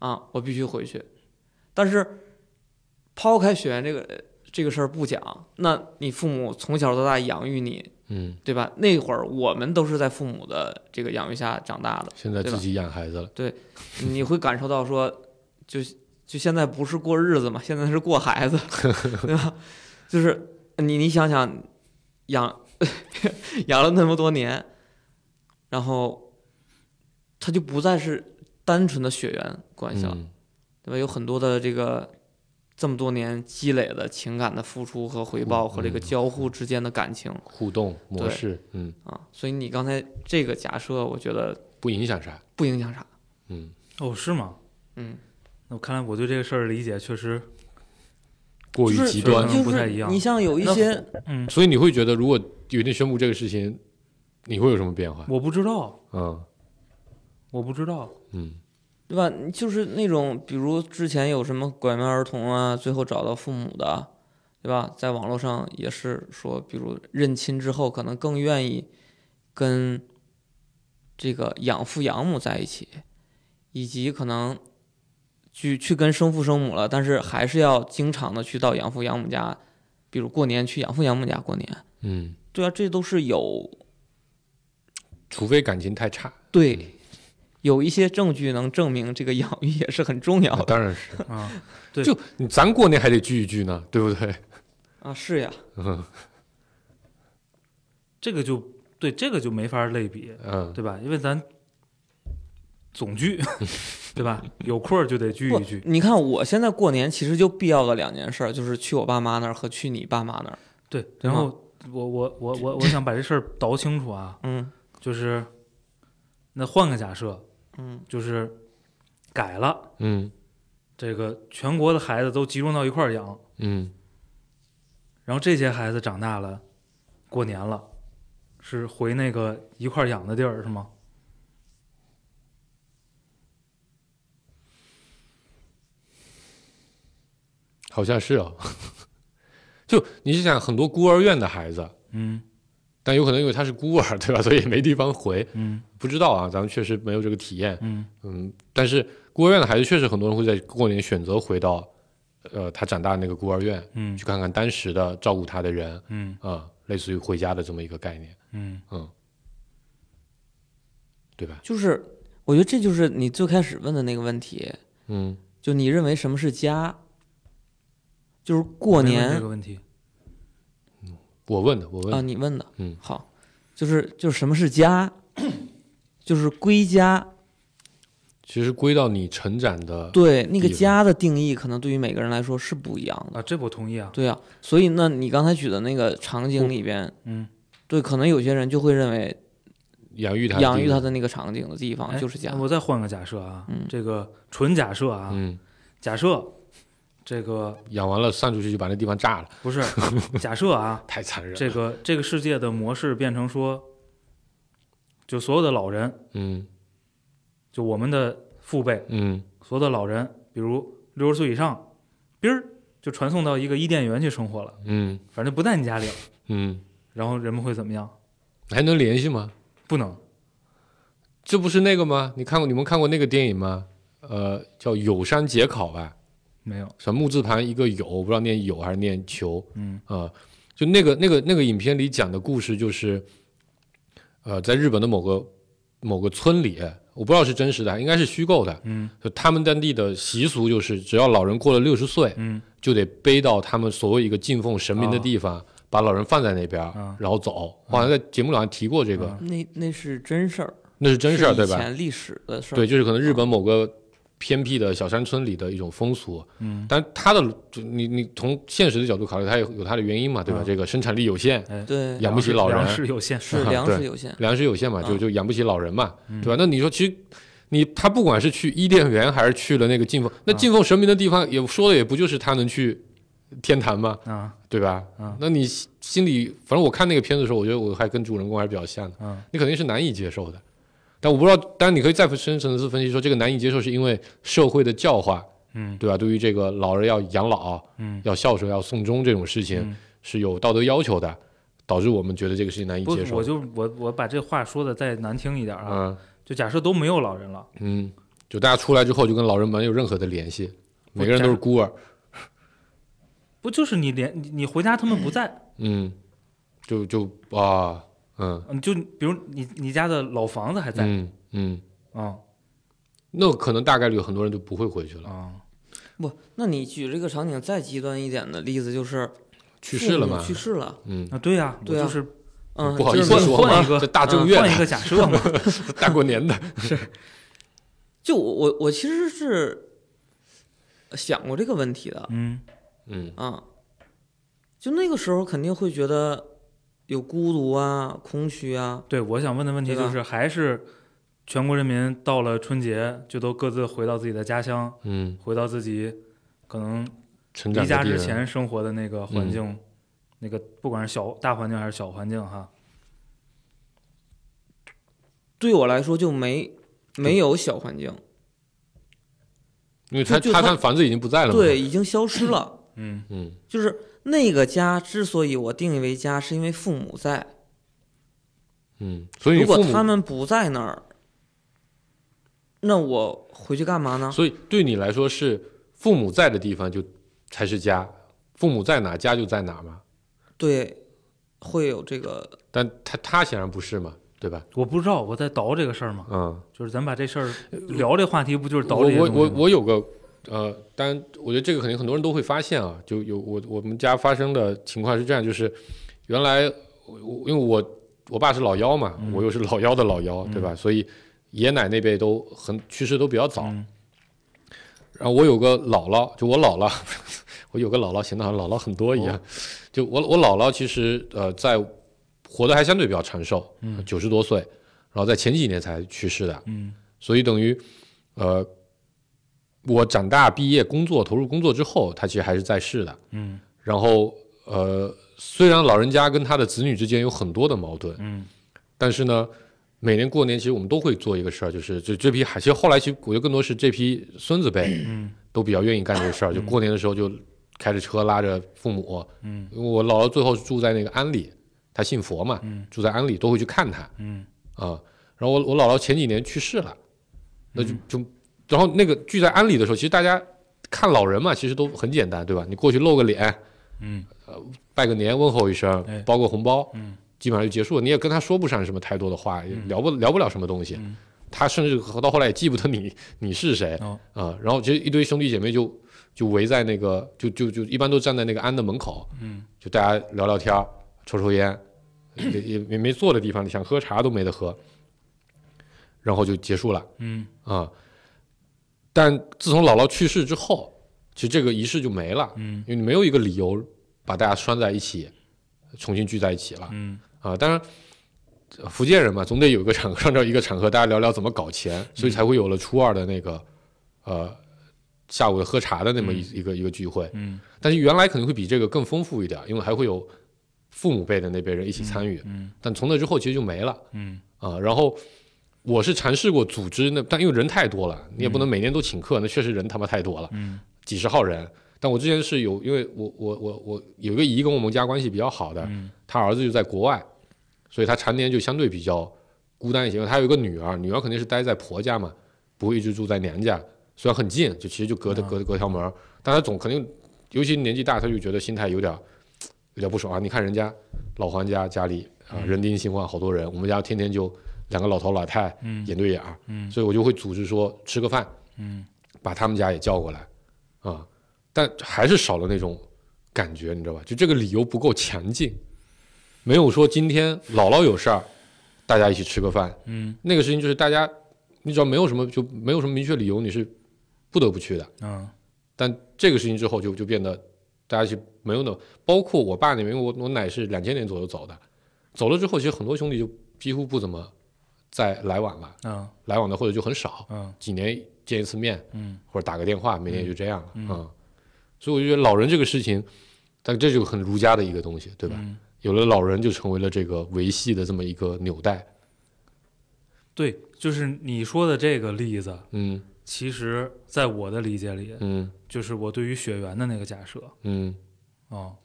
C: 啊，我必须回去。但是抛开血缘这个这个事儿不讲，那你父母从小到大养育你，
E: 嗯，
C: 对吧？那会儿我们都是在父母的这个养育下长大的，
E: 现在
C: 对吧
E: 自己养孩子了，
C: 你会感受到说，就就现在不是过日子嘛，现在是过孩子，对吧？就是你你想想，养 养了那么多年，然后他就不再是单纯的血缘关系了，
E: 嗯
C: 对吧？有很多的这个这么多年积累的情感的付出和回报和这个交互之间的感情
E: 互动模
C: 对
E: 式，嗯，
C: 啊，所以你刚才这个假设，我觉得
E: 不影响啥，
C: 不影响啥，
E: 嗯，
D: 哦，是吗？
C: 嗯。
D: 那我看来我对这个事儿的理解确实，
E: 过于
C: 就是
E: 极
D: 就是
E: 端
D: 可，
C: 就
D: 能不太
C: 是
D: 一样
C: 你像有一
D: 那
C: 些
D: 嗯，
E: 所以你会觉得，如果有一天宣布这个事情，你会有什么变化？
D: 我不知道，
E: 嗯
D: 我不知道，
E: 嗯
C: 对吧？你就是那种，比如之前有什么拐卖儿童啊，最后找到父母的，对吧？在网络上也是说，比如认亲之后，可能更愿意跟这个养父养母在一起，以及可能去去跟生父生母了，但是还是要经常的去到养父养母家，比如过年去养父养母家过年。
E: 嗯，
C: 对啊，这都是有
E: 除非感情太差，
C: 对。有一些证据能证明这个养育也是很重要
E: 那
C: 的
E: 当然是，
D: 啊，
E: 对就你咱过年还得聚一聚呢，对不对？
C: 啊，是呀，
E: 嗯
D: 这个就对这个就没法类比，
E: 嗯，
D: 对吧？因为咱总聚， 对吧？有空儿就得聚
C: 不
D: 一聚，
C: 你看我现在过年其实就必要的两件事儿，就是去我爸妈那儿和去你爸妈那儿。
D: 对。然后我我我我我想把这事儿倒清楚啊，
C: 嗯
D: 就是那换个假设，
C: 嗯
D: 就是改了，
E: 嗯
D: 这个全国的孩子都集中到一块儿养，
E: 嗯
D: 然后这些孩子长大了，过年了，是回那个一块儿养的地儿是吗？
E: 好像是哦。 就你是想很多孤儿院的孩子，
D: 嗯
E: 但有可能因为他是孤儿， 对吧？所以也没地方回，
D: 嗯
E: 不知道啊，咱们确实没有这个体验。
D: 嗯
E: 嗯，但是孤儿院的孩子确实很多人会在过年选择回到，呃，他长大的那个孤儿院
D: 嗯
E: 去看看当时的照顾他的人
D: 嗯
E: 啊、类似于回家的这么一个概念，
D: 嗯
E: 嗯，对吧？
C: 就是我觉得这就是你最开始问的那个问题，
E: 嗯，
C: 就你认为什么是家？就是过
D: 没问
C: 年
D: 这个问题，
E: 我问的，我问
C: 啊，
E: 的，
C: 你问的，
E: 嗯
C: 好，就是就是什么是家？就是归家，
E: 其实归到你成长的，
C: 对那个
E: 地方
C: 家的定义，可能对于每个人来说是不一样的。
D: 啊，这我同意啊。
C: 对啊，所以那你刚才举的那个场景里边，
D: 嗯，
C: 对，可能有些人就会认为
E: 养育他的地方，
C: 养育他的那个场景的地方
D: 哎
C: 就是家
D: 那。我再换个假设啊，
C: 嗯
D: 这个纯假设啊，
E: 嗯，
D: 假设这个
E: 养完了散出去就把那地方炸了，
D: 不是假设啊，
E: 太残忍了。
D: 这个这个世界的模式变成说，就所有的老人，
E: 嗯
D: 就我们的父辈，
E: 嗯
D: 所有的老人，比如六十岁以上，哔儿就传送到一个伊甸园去生活了，
E: 嗯
D: 反正不在你家里了。
E: 嗯，
D: 然后人们会怎么样？
E: 还能联系吗？
D: 不能，
E: 这不是那个吗？你看过你们看过那个电影吗？呃，叫《友山解考》吧，
D: 没有，
E: 什么木字旁一个友，我不知道念友还是念球
D: 嗯
E: 啊、呃就那个那个那个影片里讲的故事就是，呃，在日本的某个某个村里，我不知道是真实的，应该是虚构的。
D: 嗯
E: 就他们当地的习俗就是，只要老人过了六十岁，
D: 嗯
E: 就得背到他们所谓一个敬奉神明的地方，把老人放在那边，
D: 啊
E: 然后走。我好像在节目里好像提过这个，
D: 啊
C: 那那是真事儿，
E: 那是真事儿，对
C: 是以
E: 吧？
C: 前历史的事儿。
E: 对，，就是可能日本某个偏僻的小山村里的一种风俗，
D: 嗯，
E: 但它的就你你从现实的角度考虑，它有有它的原因嘛，对吧？
D: 嗯
E: 这个生产力有限，
D: 哎，
C: 对，
E: 啊养不起老人
D: 粮食有限， 嗯
C: 是粮食有限。
E: 粮食有限嘛，就
C: 嗯
E: 就养不起老人嘛，对吧？那你说其实。你他不管是去伊甸园还是去了那个敬奉，那
D: 嗯
E: 敬奉神明的地方也说的也不就是他能去天坛嘛，
D: 啊
E: 对吧？
D: 嗯
E: 那你心心里，反正我看那个片子的时候，我觉得我还跟主人公还是比较像的。
D: 嗯
E: 你肯定是难以接受的。但我不知道，当然你可以再深层次分析说，这个难以接受是因为社会的教化，
D: 嗯
E: 对吧？对于这个老人要养老、
D: 嗯
E: 要孝顺、要送终这种事情
D: 嗯
E: 是有道德要求的。导致我们觉得这个事情难以
D: 不
E: 接，受。
D: 我就我我把这话说的再难听一点啊，
E: 啊，
D: 就假设都没有老人了，
E: 嗯，就大家出来之后就跟老人没有任何的联系，每个人都是孤儿，
D: 不就是你连你你回家他们不在，
E: 嗯，就就啊，嗯
D: 嗯，就比如你你家的老房子还在，
E: 嗯嗯，
D: 啊
E: 那可能大概率很多人就不会回去了，
D: 啊，
C: 不，那你举这个场景再极端一点的例子，就是
E: 去世了
C: 父母
E: 嘛，
C: 去世了，
E: 嗯，
D: 啊对呀、我
C: 对啊
D: 就是
C: 嗯，
E: 不好意
C: 就是
E: 思
C: 你
E: 说
D: 换
E: 嘛
D: 一个
E: 这大
C: 嗯
E: 正月
D: 换一
E: 的
D: 个假设 嘛，
E: 大过年的，
C: 就我我我其实是想过这个问题的
D: 嗯
E: 嗯
C: 啊，就那个时候肯定会觉得有孤独啊、空虚啊，
D: 对，我想问的问题
C: 对吧
D: 就是，还是全国人民到了春节就都各自回到自己的家乡，
E: 嗯，
D: 回到自己可能
E: 成长
D: 离
E: 的
D: 家
E: 地嗯
D: 之
E: 人
D: 前生活的那个环境，那个不管是小大环境还是小环境哈，
C: 对我来说就没没有小环境，
E: 因为他
C: 就就
E: 他
C: 他
E: 他房子已经不在了嘛，
C: 对，已经消失了。
D: 嗯，
E: 嗯
C: 就是那个家之所以我定义为家，是因为父母在。
E: 嗯，所以
C: 如
E: 你
C: 果
E: 父
C: 他
E: 母，
C: 们不在那儿，那我回去干嘛呢？
E: 所以对你来说是父母在的地方就才是家，父母在哪家就在哪嘛，
C: 对，会有这个
E: 但他他显然不是嘛，对吧？
D: 我不知道我在倒这个事儿嘛，
E: 嗯，
D: 就是咱把这事儿聊这话题，不就是倒
E: 呃我
D: 这些
E: 我我
D: 东西吗？
E: 我有个呃，当然，我觉得这个肯定很多人都会发现啊，就有我我们家发生的情况是这样，就是原来我我因为我我爸是老幺嘛，
D: 嗯
E: 我又是老幺的老幺，对吧？所以爷爷奶奶那辈都很去世都比较早，
D: 嗯
E: 然后我有个姥姥，就我姥姥， 我有个姥姥，显得好像姥姥很多一
D: 哦
E: 样。就我我姥姥其实呃，在活得还相对比较长寿，九十多岁，然后在前几年才去世的，
D: 嗯
E: 所以等于呃，我长大、毕业、工作、投入工作之后，她其实还是在世的。
D: 嗯
E: 然后呃，虽然老人家跟他的子女之间有很多的矛盾，
D: 嗯
E: 但是呢，每年过年其实我们都会做一个事儿，就是就这批孩，其实后来其实我觉得更多是这批孙子辈，
D: 嗯，
E: 都比较愿意干这个事儿，就过年的时候就开着车拉着父母，
D: 嗯，
E: 因为我姥姥最后是住在那个安里，她信佛嘛，
D: 嗯
E: 住在安里都会去看她啊、
D: 嗯
E: 然后我我姥姥前几年去世了，那就就然后那个聚在安里的时候，其实大家看老人嘛，其实都很简单，对吧？你过去露个脸，呃
D: 嗯
E: 拜个年，问候一声
D: 哎，
E: 包个红包，
D: 嗯
E: 基本上就结束了。你也跟他说不上什么太多的话，也聊不聊不了什么东西。
D: 嗯
E: 他甚至到后来也记不得你你是谁啊、
D: 哦
E: 然后其实一堆兄弟姐妹就就围在那个就就就一般都站在那个庵的门口，
D: 嗯，
E: 就大家聊聊天儿，抽抽烟，也也也没坐的地方，你想喝茶都没得喝，然后就结束了。
D: 嗯
E: 啊、但自从姥姥去世之后，其实这个仪式就没了，
D: 嗯，
E: 因为你没有一个理由把大家拴在一起，重新聚在一起了
D: 嗯
E: 啊、当然，呃福建人嘛，总得有一个场合，按 照一个场合，大家聊聊怎么搞
D: 嗯
E: 钱，所以才会有了初二的那个，呃，下午的喝茶的那么一、一个一个聚会。
D: 嗯
E: 但是原来肯定会比这个更丰富一点，因为还会有父母辈的那辈人一起参与。
D: 嗯
E: 但从那之后其实就没了。
D: 嗯
E: 啊，然后我是尝试过组织那，但因为人太多了，你也不能每年都请客，那确实人他妈太多了，
D: 嗯
E: 几十号人。但我之前是有，因为我我我我有一个姨跟我们家关系比较好的，
D: 嗯
E: 她儿子就在国外，所以她常年就相对比较孤单一些。因为她有一个女儿，女儿肯定是待在婆家嘛，不会一直住在娘家，虽然很近，就其实就隔
D: 嗯
E: 着隔隔条门儿，但她总肯定，尤其年纪大，她就觉得心态有点儿有点不爽啊。你看人家老黄家家里啊、
D: 嗯
E: 人丁兴旺，好多人，我们家天天就两个老头老太
D: 嗯
E: 眼对眼儿，
D: 嗯
E: 所以我就会组织说吃个饭，
D: 嗯
E: 把他们家也叫过来，啊，但还是少了那种感觉，你知道吧？就这个理由不够强劲，没有说今天姥姥有事儿，大家一起吃个饭，
D: 嗯
E: 那个事情就是大家，你只要没有什么就没有什么明确理由，你是不得不去的。
D: 嗯
E: 但这个事情之后就就变得大家是没有那么，包括我爸那边，因为我我奶是两千年左右走的，走了之后其实很多兄弟就几乎不怎么再来往了，
D: 嗯
E: 来往的或者就很少，
D: 嗯
E: 几年见一次面。
D: 嗯
E: 或者打个电话，每天也就这样了啊、
D: 嗯
E: 所以我就觉得老人这个事情，但这就很儒家的一个东西，对吧？
D: 嗯
E: 有了老人，就成为了这个维系的这么一个纽带。
D: 对，就是你说的这个例子，
E: 嗯
D: 其实在我的理解里，
E: 嗯
D: 就是我对于血缘的那个假设啊、
E: 嗯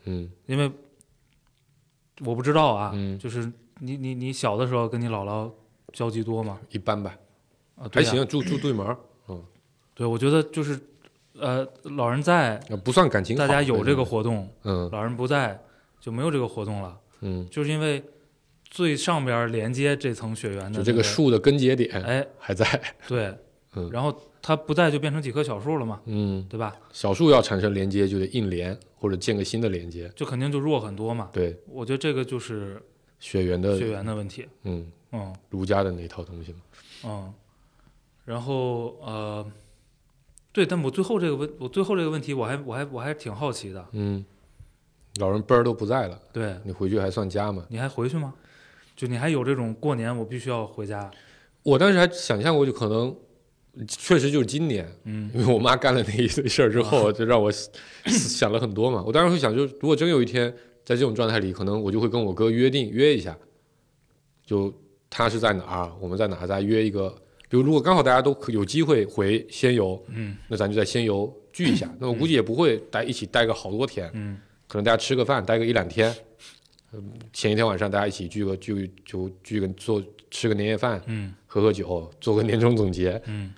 E: 嗯
D: 因为我不知道啊，
E: 嗯
D: 就是你你你小的时候跟你姥姥交集多吗？
E: 一般吧，
D: 啊，对
E: 还
D: 呀
E: 行，住住对 门儿，嗯，
D: 对，我觉得就是，呃，老人在，
E: 呃不算感情好。
D: 大家有这个活动；
E: 嗯
D: 老人不在，就没有这个活动了。
E: 嗯，
D: 就是因为最上边儿连接这层血缘的、
E: 就这个，树的根节点
D: 哎，
E: 还在，
D: 对，
E: 嗯
D: 然后它不在就变成几棵小树了嘛，
E: 嗯，
D: 对吧？
E: 小树要产生连接就得硬连或者建个新的连接，
D: 就肯定就弱很多嘛。
E: 对，
D: 我觉得这个就是
E: 血缘的
D: 血缘的问题，
E: 嗯，
D: 嗯
E: 儒家的那一套东西嘛，
D: 嗯。然后呃，对，但我最后这个问，我最后这个问题，我还我还我还挺好奇的，
E: 嗯，老人辈儿都不在了，
D: 对，
E: 你回去还算家吗？
D: 你还回去吗？就你还有这种过年我必须要回家，
E: 我当时还想象过，就可能确实就是今年，
D: 嗯，
E: 因为我妈干了那一堆事儿 之后，就让我想了很多嘛。我当时会想，就是如果真有一天在这种状态里，可能我就会跟我哥约定约一下，就他是在哪儿，我们在哪儿，大家约一个。比如如果刚好大家都可有机会回仙游，
D: 嗯
E: 那咱就在仙游 聚一下。那我估计也不会待一起待个好多天，
D: 嗯
E: 可能大家吃个饭，待个一两天。嗯前一天晚上大家一起聚个聚就聚个做吃个年夜饭，
D: 嗯
E: 喝喝酒，做个年终总结，
D: 嗯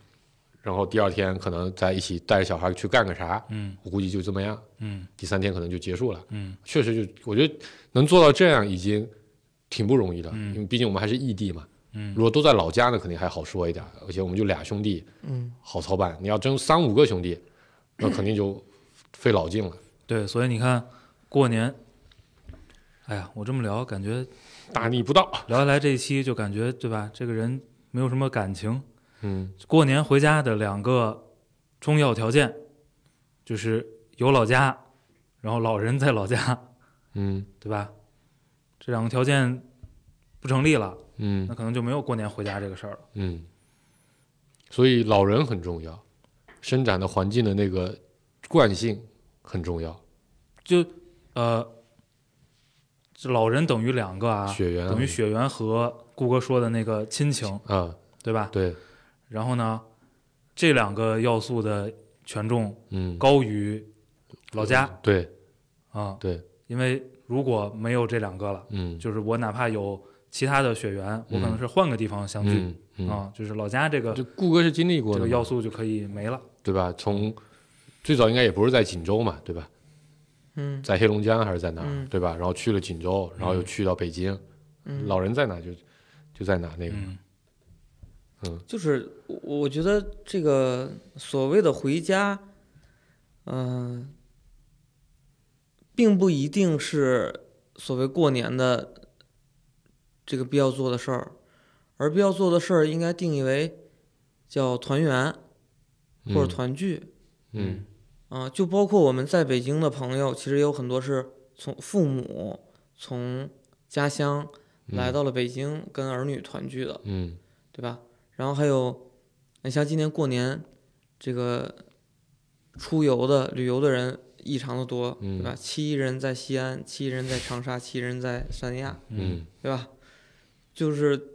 E: 然后第二天可能再一起带着小孩去干个啥，
D: 嗯
E: 我估计就这么样。
D: 嗯
E: 第三天可能就结束了。
D: 嗯
E: 确实就，我觉得能做到这样已经挺不容易的，
D: 嗯
E: 因为毕竟我们还是异地嘛。
D: 嗯
E: 如果都在老家呢，肯定还好说一点，而且我们就俩兄弟，
C: 嗯，
E: 好操办。你要真三五个兄弟，那肯定就费老劲了。
D: 对，所以你看过年，哎呀，我这么聊，感觉
E: 大逆不道，
D: 聊下来这一期就感觉对吧？这个人没有什么感情。
E: 嗯
D: 过年回家的两个重要条件就是有老家，然后老人在老家，
E: 嗯
D: 对吧？这两个条件不成立了，
E: 嗯
D: 那可能就没有过年回家这个事儿了。
E: 嗯。所以老人很重要，生长的环境的那个惯性很重要，
D: 就呃，这老人等于两个啊，
E: 血缘
D: 等于血缘和顾哥说的那个亲情，
E: 啊，
D: 对吧？
E: 对，
D: 然后呢，这两个要素的权重
E: 嗯，
D: 高于老家
E: 对
D: 啊、
E: 对，
D: 因为如果没有这两个了，
E: 嗯，
D: 就是我哪怕有其他的血缘，我可能
E: 嗯
D: 是换个地方相聚啊、
E: 嗯嗯，
D: 就是老家这个
E: 就顾哥是经历过
D: 这
E: 的
D: 个
E: 嘛
D: 要素就可以没了。
E: 对吧？从最早应该也不是在锦州嘛，对吧？
C: 嗯
E: 在黑龙江还是在哪儿，
C: 嗯
E: 对吧？然后去了锦州，然后又去到北京，
C: 嗯，
E: 老人在哪就就在哪那个，
D: 嗯
C: 就是我我觉得这个所谓的回家，嗯、并不一定是所谓过年的这个必要做的事儿，而必要做的事儿应该定义为叫团圆
E: 嗯
C: 或者团聚
E: 嗯
C: 啊、就包括我们在北京的朋友，其实有很多是从父母从家乡来到了北京跟儿女团聚的。
E: 嗯
C: 对吧？然后还有，你像今年过年，这个出游的、旅游的人异常的多，
E: 嗯
C: 对吧？七亿人在西安，七亿人在长沙，七亿人在三亚，
E: 嗯
C: 对吧？就是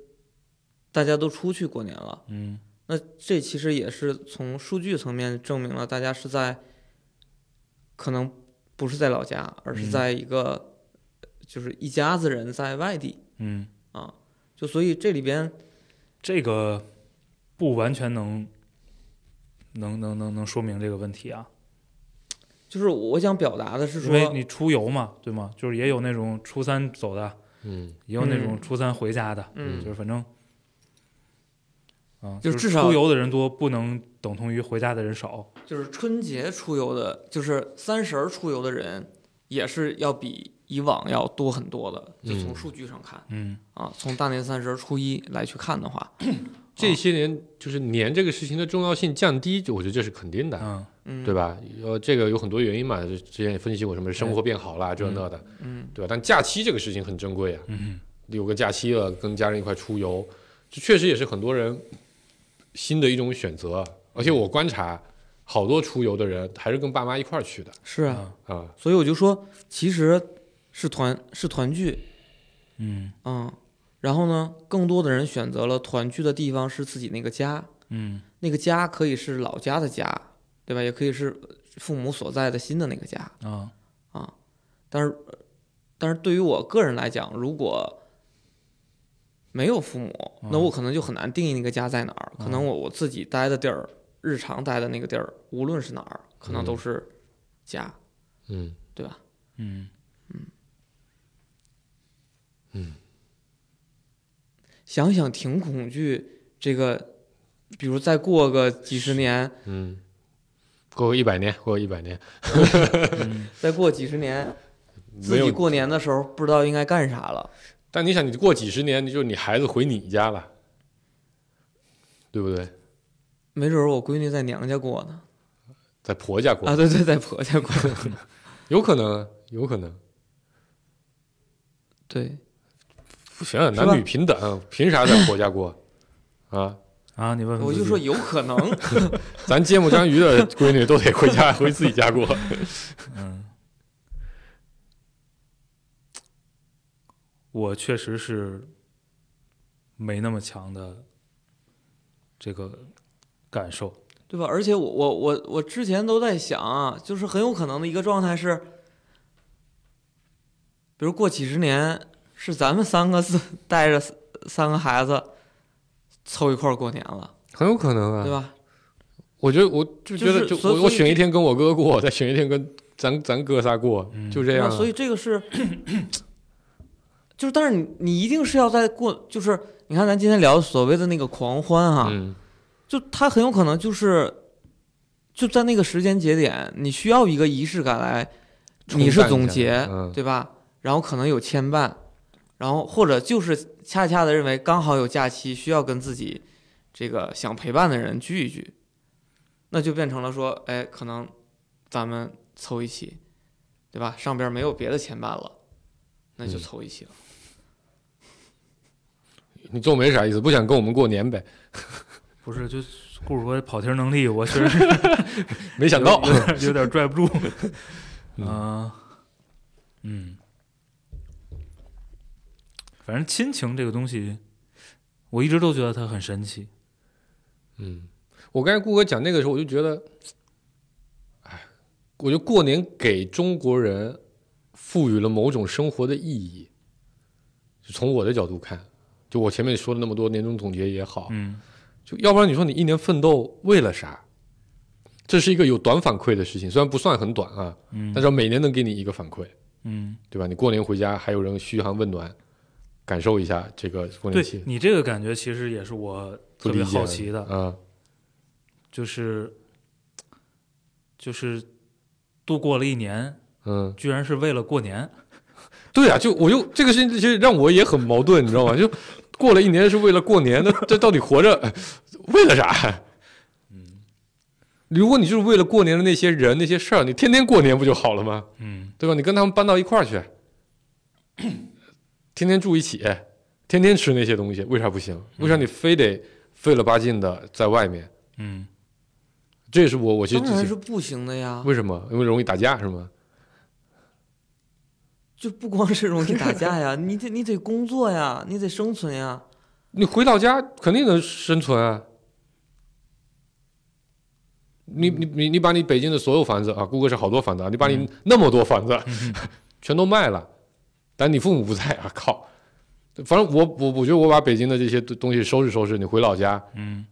C: 大家都出去过年了。
D: 嗯
C: 那这其实也是从数据层面证明了，大家是在可能不是在老家，而是
D: 嗯
C: 在一个、就是一家子人在外地
D: 嗯，
C: 啊。就所以这里边，
D: 这个不完全能能能能能说明这个问题啊。
C: 就是我想表达的是
D: 因
C: 说，
D: 为你出游嘛，对吗？就是也有那种初三走的，
E: 嗯
D: 也有那
C: 嗯
D: 种初三回家的，
C: 嗯
D: 就是反正，啊，
C: 就是至少
D: 出游的人多，不能等同于回家的人少。
C: 就是春节出游的，就是三十儿出游的人，也是要比以往要多很多的。就从
E: 嗯
C: 数据上看、
D: 嗯
C: 啊，从大年三十儿、初一来去看的话，
E: 这些年就是年这个事情的重要性降低，就我觉得这是肯定的，
D: 嗯
C: 嗯，
E: 对吧？呃，这个有很多原因嘛，就之前也分析过什么生活变好啦，这那的，
C: 嗯
E: 对吧？但假期这个事情很珍贵啊，
D: 嗯
E: 有个假期了，跟家人一块出游，这确实也是很多人新的一种选择。啊而且我观察，好多出游的人还是跟爸妈一块儿去的
C: 是啊。
D: 啊
E: 啊。
C: 所以我就说，其实是团是团聚，
D: 嗯
C: 嗯，然后呢，更多的人选择了团聚的地方是自己那个家，
D: 嗯
C: 那个家可以是老家的家，对吧？也可以是父母所在的新的那个家，
D: 啊，
C: 啊，但是呃但是对于我个人来讲，如果没有父母，那我可能就很难定义那个家在哪儿。可能我我自己待的地儿，日常待的那个地儿，无论是哪儿，可能都是家，
E: 嗯，
C: 对吧？
D: 嗯
C: 想想挺恐惧，这个，比如再过个几十年，
E: 嗯，过个一百年，过个一百年，
C: 再过几十年，自
E: 没
C: 己
E: 有。
C: 过年的时候不知道应该干啥了。
E: 但你想，你过几十年，你就你孩子回你家了，对不对？
C: 没准儿我闺女在娘家过呢，
E: 在婆家过，
C: 啊，对对，在婆家过，
E: 有可能，啊有可能。
C: 对，
E: 不行，啊
C: 吧
E: 男女平等，凭啥在婆家过啊？
D: 啊，你问问
C: 我
D: 自
C: 就
D: 己
C: 说有可能，
E: 咱芥末章鱼的闺女都得回家 回自己家 过。
D: 我确实是没那么强的这个感受。
C: 对吧？而且我我我我之前都在想啊，就是很有可能的一个状态是，比如过几十年是咱们三个是带着三个孩子凑一块儿过年了，
E: 很有可能啊，
C: 对？吧？
E: 我觉得，我就觉得，
C: 就是
E: 就
C: 所以
E: 我我
C: 所以
E: 选一天跟我哥过，再选一天跟咱咱哥仨过，就这
C: 对
E: 样
C: 吧？嗯
E: 啊。
C: 所以这个是，就是但是你你一定是要在过，就是你看咱今天聊的所谓的那个狂欢啊哈、
E: 嗯，
C: 就他很有可能就是就在那个时间节点，你需要一个仪式感来，
E: 冲淡
C: 你
E: 一下
C: 是总结，
E: 嗯
C: 对吧？然后可能有牵绊，然后或者就是恰恰的认为刚好有假期，需要跟自己这个想陪伴的人聚一聚，那就变成了说，哎，可能咱们凑一起，对吧？上边没有别的牵绊了，那就
E: 嗯
C: 凑一起了。
E: 你皱眉啥意思？不想跟我们过年呗？
D: 不是，就顾主播跑题儿能力，我确实是
E: 没想到，
D: 有点有点拽不 住。嗯嗯，反正亲情这个东西，我一直都觉得它很神奇。
E: 嗯，我刚才顾哥讲那个时候，我就觉得，哎，我觉得过年给中国人赋予了某种生活的意义。就从我的角度看，就我前面说了那么多年终总结也好，
D: 嗯
E: 就要不然你说你一年奋斗为了啥？这是一个有短反馈的事情，虽然不算很短啊，
D: 嗯
E: 但是每年能给你一个反馈，
D: 嗯，
E: 对吧？你过年回家还有人嘘寒问暖，感受一下这个过年
D: 对
E: 气，
D: 你这个感觉，其实也是我
E: 不
D: 特
E: 理
D: 别
E: 解
D: 好奇的。
E: 啊，
D: 就是就是度过了一年，
E: 嗯，
D: 居然是为了过年。
E: 对啊，就我又这个事情，其实让我也很矛盾，你知道吗？就过了一年是为了过年，那这到底活着为了啥？嗯，如果你就是为了过年的那些人那些事儿，你天天过年不就好了吗？
D: 嗯
E: 对吧？你跟他们搬到一块儿去，天天住一起，天天吃那些东西，为啥不行？为啥你非得费了吧劲的在外面？
D: 嗯
E: 这也是我我其实
C: 当
E: 之
C: 然
E: 前
C: 是不行的呀，
E: 为什么？因为容易打架是吗？
C: 就不光是容易打架 呀，你得你得工作呀，你得生存呀。
E: 你回老家肯定能生存啊。你你你你把你北京的所有房子啊，顾哥是好多房子啊，你把你那么多房子、 全都卖了，但你父母不在啊，靠！反正我我我觉得我把北京的这些东西收拾收拾，你回老家
D: 嗯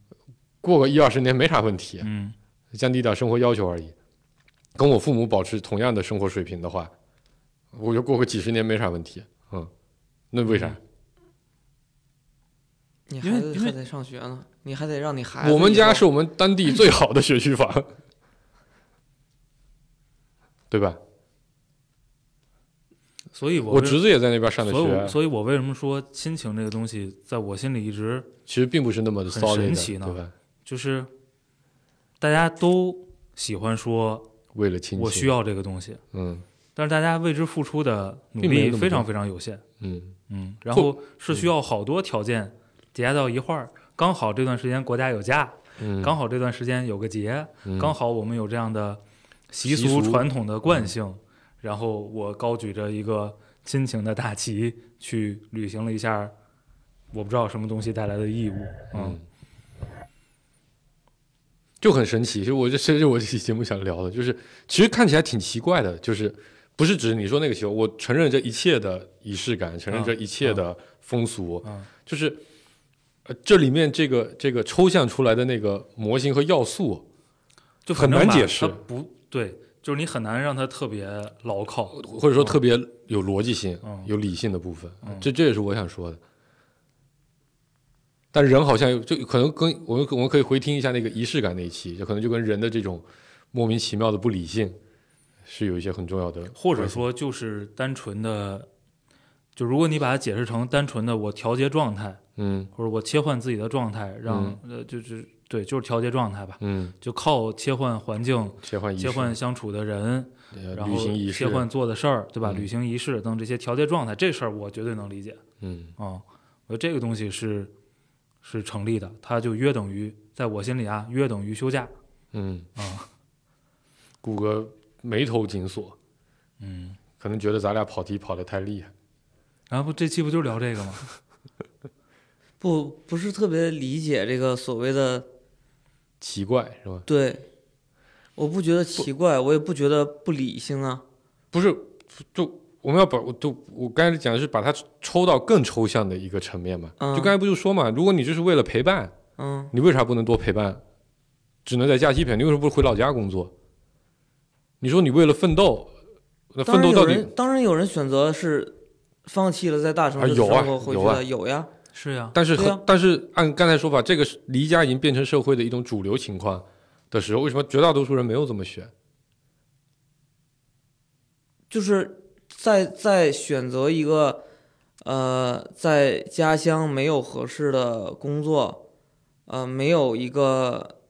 E: 过个一二十年没啥问题，
D: 嗯
E: 降低点生活要求而已。跟我父母保持同样的生活水平的话，我觉得过个几十年没啥问题。嗯，那为啥？
C: 你
D: 因为
C: 孩子
D: 因为
C: 还得上学呢，你还得让你孩子。
E: 我们家是我们当地最好的学区房， 对吧？
D: 所以我
E: 我
D: 为
E: 侄子也在那边上的
D: 所以我
E: 学，
D: 所以我为什么说亲情这个东西，在我心里一直
E: 其实并不是那么的
D: 很
E: solid，
D: 神
E: 的
D: 奇呢
E: 对吧？
D: 就是大家都喜欢说
E: 为了亲情，
D: 我需，要这个东西，
E: 嗯
D: 但是大家为之付出的努
E: 并没
D: 力
E: 那么
D: 非常
E: 多
D: 非常有限。
E: 嗯，
D: 嗯，然后是需要好多条件叠加到一块儿，刚好这段时间国家有假，
E: 嗯
D: 刚好这段时间有个节，
E: 嗯
D: 刚好我们有这样的习
E: 习
D: 俗
E: 俗嗯
D: 传统的惯性，然后我高举着一个亲情的大旗去履行了一下我不知道什么东西带来的义务。
E: 嗯，就很神奇。就我这，这是我这期节目想聊的，就是其实看起来挺奇怪的，就是不是指你说那个习俗，我承认这一切的仪式感，承认这一切的风俗，
D: 嗯
E: 就是呃这里面这个这个抽象出来的那个模型和要素，
D: 就
E: 很难
D: 反正吧
E: 解释
D: 它不对，就是你很难让它特别牢靠。
E: 或者说特别有逻辑性、
D: 嗯
E: 有理性的部分，
D: 嗯
E: 这这也是我想说的。但人好像有就可能跟我们我们可以回听一下那个仪式感那一期，就可能就跟人的这种莫名其妙的不理性是有一些很重要的关系，
D: 或者说就是单纯的，就如果你把它解释成单纯的我调节状态，
E: 嗯
D: 或者我切换自己的状态，让、呃就是对就是调节状态吧，
E: 嗯，
D: 就靠切换环境、
E: 切换仪式，
D: 切换相处的人，
E: 呃
D: 然
E: 旅
D: 后
E: 行仪式，
D: 切换做的事儿，对吧？
E: 嗯
D: 旅行仪式等这些调节状态，这事儿我绝对能理解
E: 嗯
D: 啊、我觉得这个东西是是成立的，它就约等于在我心里啊，约等于休假
E: 嗯，
D: 啊、
E: 谷歌眉头紧锁，
D: 嗯，
E: 可能觉得咱俩跑题跑得太厉害，
D: 然后不这期不就聊这个吗？
C: 不不是特别理解这个所谓的
E: 奇怪是吧？
C: 对，我不觉得奇怪，我也不觉得不理性啊。
E: 不是，就我们要把我就我刚才讲的是把它抽到更抽象的一个层面嘛。
C: 嗯
E: 就刚才不就说嘛，如果你就是为了陪伴，
C: 嗯，
E: 你为啥不能多陪伴？只能在假期陪，你为什么不回老家工作？你说你为了奋斗，那
C: 当
E: 奋
C: 然
E: 斗
C: 有
E: 到底
C: 人，当然有人选择是放弃了在大城
E: 啊
C: 市
E: 有
C: 生
E: 啊
C: 活回去
E: 有啊
C: 的，有呀。
D: 是呀，
E: 但是
C: 对
E: 很，
C: 啊
E: 但是按刚才说法，这个是离家已经变成社会的一种主流情况的时候，为什么绝大多数人没有这么选？
C: 就是在在选择一个呃在家乡没有合适的工作，呃没有一个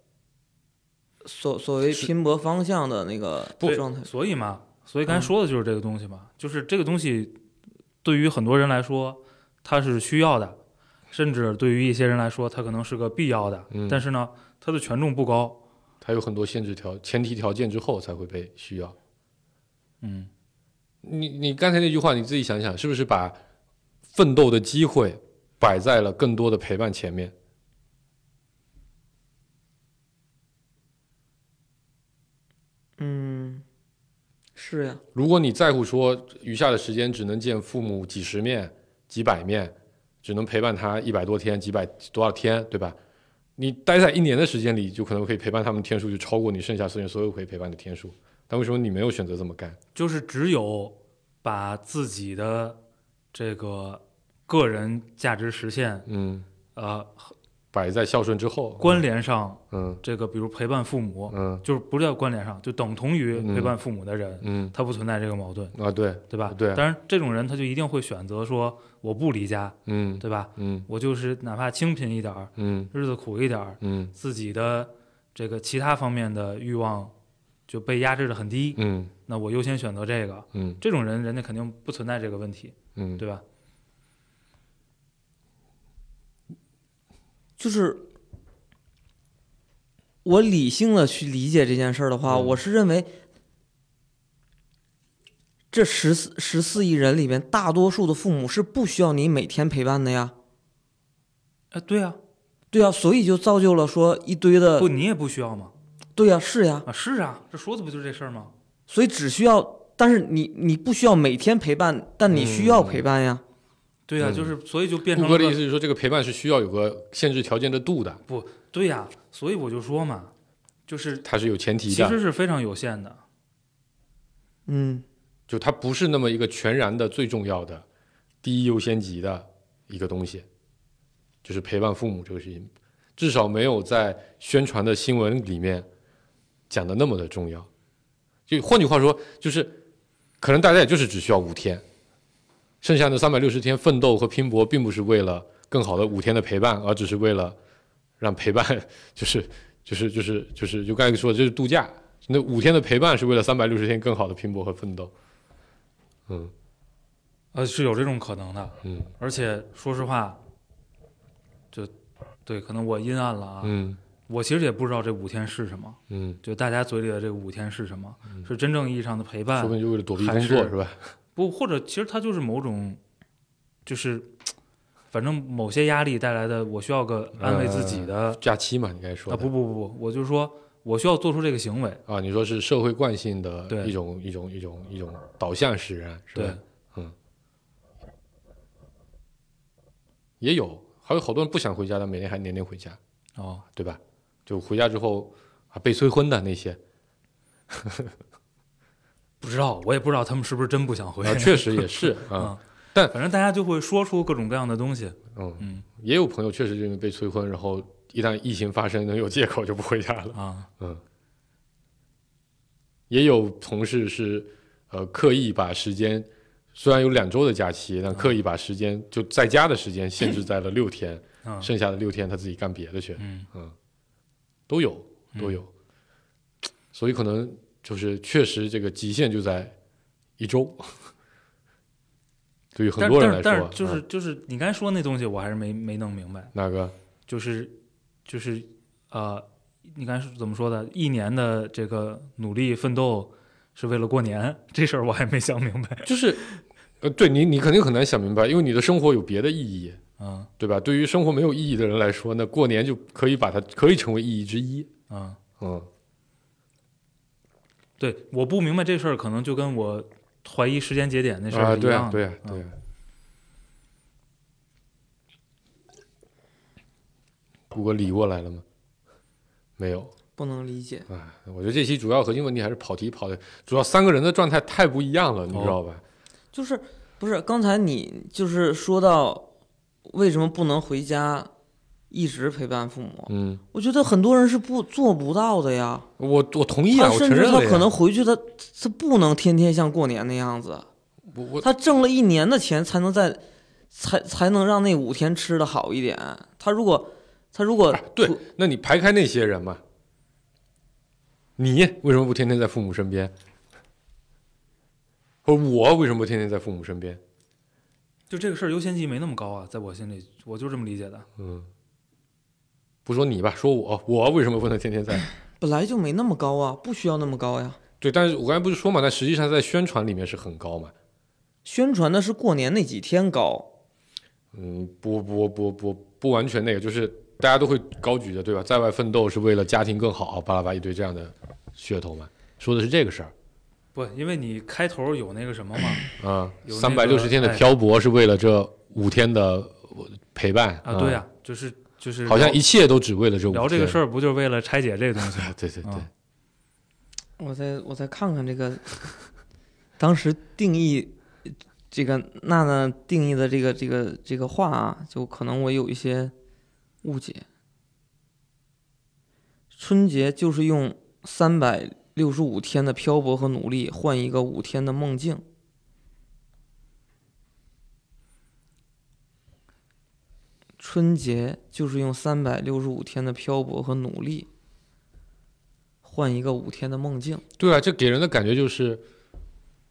C: 所所谓拼搏方向的那个
D: 对
C: 状态。
D: 所以嘛，所以刚才说的就是这个东西嘛，就是这个东西对于很多人来说，它是需要的，甚至对于一些人来说，它可能是个必要的。
E: 嗯
D: 但是呢，它的权重不高。
E: 它有很多限制条前提条件之后才会被需要。
D: 嗯，
E: 你你刚才那句话，你自己想想，是不是把奋斗的机会摆在了更多的陪伴前面？
C: 嗯，是呀，
E: 如果你在乎说余下的时间只能见父母几十面、几百面，只能陪伴他一百多天、几百多少天，对吧？你待在一年的时间里，就可能可以陪伴他们天数就超过你剩下所有所有可以陪伴的天数。但为什么你没有选择这么干？
D: 就是只有把自己的这个个人价值实现，
E: 嗯，
D: 呃，
E: 摆在孝顺之后，
D: 关联上
E: 嗯
D: 这个，比如陪伴父母，
E: 嗯
D: 就是不叫关联上，就等同于陪伴父母的人，
E: 嗯
D: 他不存在这个矛盾。
E: 啊，对，
D: 对吧？
E: 对
D: 当然，这种人他就一定会选择说我不离家，
E: 嗯
D: 对吧？
E: 嗯
D: 我就是哪怕清贫一点儿，
E: 嗯
D: 日子苦一点儿，
E: 嗯
D: 自己的这个其他方面的欲望就被压制的很低，
E: 嗯
D: 那我优先选择这个。
E: 嗯
D: 这种人，人家肯定不存在这个问题，
E: 嗯，
D: 对吧？
C: 就是我理性的去理解这件事儿的话，
E: 嗯
C: 我是认为这十四十四亿人里面，大多数的父母是不需要你每天陪伴的呀。
D: 啊，对啊，
C: 对啊，所以就造就了说一堆的
E: 呃
D: 不，你也不需要嘛。
C: 对啊，是呀，
D: 啊，是啊，这说的不就是这事儿吗？
C: 所以只需要，但是你你不需要每天陪伴，但你需要陪伴呀。
D: 对呀、
E: 嗯
D: 就是所以就变
E: 顾
D: 成
E: 哥
D: 了
E: 的意
D: 个
E: 思是说，这个陪伴是需要有个限制条件的度的，
D: 不对呀、所以我就说嘛，就是
E: 它是有前提
D: 其
E: 的，
D: 实是非常有限的。
C: 嗯，
E: 就它不是那么一个全然的最重要的第一优先级的一个东西，就是陪伴父母这个事情，至少没有在宣传的新闻里面讲的那么的重要。就换句话说，就是可能大家也就是只需要五天，剩下的三百六十天奋斗和拼搏，并不是为了更好的五天的陪伴，而只是为了让陪伴 就是就是就是就是就刚才说的，就是度假。那五天的陪伴是为了三百六十天更好的拼搏和奋斗。嗯
D: 呃，是有这种可能的。
E: 嗯
D: 而且说实话，就对，可能我阴暗了啊。
E: 嗯
D: 我其实也不知道这五天是什么，
E: 嗯，
D: 就大家嘴里的这五天是什么，是真正意义上的陪
E: 说
D: 伴
E: 不，定就为了躲避
D: 还
E: 工作
D: 是
E: 是吧？
D: 不或者其实它就是某种，就是反正某些压力带来的，我需要个安慰自己的。
E: 呃假期嘛，你该说
D: 啊
E: 的。
D: 不不不不，我就说我需要做出这个行为。
E: 啊，你说是社会惯性的
D: 对
E: 一种一种一种一种导向使然，是
D: 对
E: 吧？，嗯，也有，还有好多人不想回家的，每天还年年回家，
D: 哦，
E: 对吧？就回家之后啊，被催婚的那些
D: 不知道，我也不知道他们是不是真不想回
E: 啊，确实 也是啊，
D: 反正大家就会说出各种各样的东西。
E: 嗯
D: 嗯
E: 也有朋友确实因为被催婚，然后一旦疫情发生，能有借口就不回家了。
D: 啊，
E: 嗯，也有同事是呃刻意把时间，虽然有两周的假期，
D: 嗯
E: 但刻意把时间就在家的时间限制在了六天，
D: 嗯
E: 剩下的六天他自己干别的去，
D: 嗯
E: 都有都有，所以可能就是确实这个极限就在一周。 对于很
D: 但
E: 多人
D: 但
E: 来
D: 是
E: 说，
D: 但是就是
E: 嗯
D: 就是你刚才说那东西，我还是没没弄明白，
E: 哪个
D: 就是就是呃，你刚才是怎么说的？一年的这个努力奋斗是为了过年这事儿，我还没想明白。
E: 就是呃，对你你肯定很难想明白，因为你的生活有别的意义。
D: 嗯
E: 对吧？对于生活没有意义的人来说，那过年就可以把它可以成为意义之一。
D: 嗯，
E: 嗯，
D: 对，我不明白这事儿，可能就跟我怀疑时间节点那事
E: 啊，
D: 儿是一
E: 对啊
D: 样，的。
E: 对啊，
D: 嗯
E: 对啊。谷歌理过来了吗？没有。
C: 不能理解。
E: 哎，我觉得这期主要核心问题还是跑题跑的，主要三个人的状态太不一样了，你
D: 哦
E: 知道吧？
C: 就是不是刚才你就是说到为什么不能回家，一直陪伴父母？
E: 嗯，
C: 我觉得很多人是不做不到的呀。
E: 我我同意啊，
C: 他
E: 我承
C: 甚至
E: 认
C: 他
E: 了呀
C: 可能回去他，他不能天天像过年那样子，
E: 我我
C: 他挣了一年的钱才能在，才才能让那五天吃的好一点。他如果他如果、
E: 哎对，那你排开那些人嘛，你为什么不天天在父母身边？或者我为什么不天天在父母身边？
D: 就这个事儿优先级没那么高啊，在我心里，我就这么理解的。
E: 嗯，不说你吧，说我，我为什么不能天天在？
C: 本来就没那么高啊，不需要那么高呀。
E: 对，但是我刚才不是说嘛，但实际上在宣传里面是很高嘛。
C: 宣传的是过年那几天高，
E: 嗯，不不不不不完全那个，就是大家都会高举的，对吧？在外奋斗是为了家庭更好，巴拉巴拉一堆这样的噱头嘛，说的是这个事儿。
D: 不，因为你开头有那个什么 嘛，
E: 啊，
D: 有
E: 三百
D: 那
E: 六
D: 个
E: 十天的
D: 哎
E: 漂泊是为了这五天的陪伴啊
D: 啊，对呀、就是就是
E: 嗯好像
D: 聊
E: 一切都只为了这五天。哎
D: 聊这个事，儿，不就是为了拆解这个东西？
E: 对对对，
D: 啊
C: 我再我再看看这个，当时定义这个娜娜定义的这个这个这个话啊，就可能我有一些误解。春节就是用三百六十五天的漂泊和努力换一个五天的梦境。春节就是用三百六十五天的漂泊和努力换一个五天的梦境。
E: 对啊，这给人的感觉就是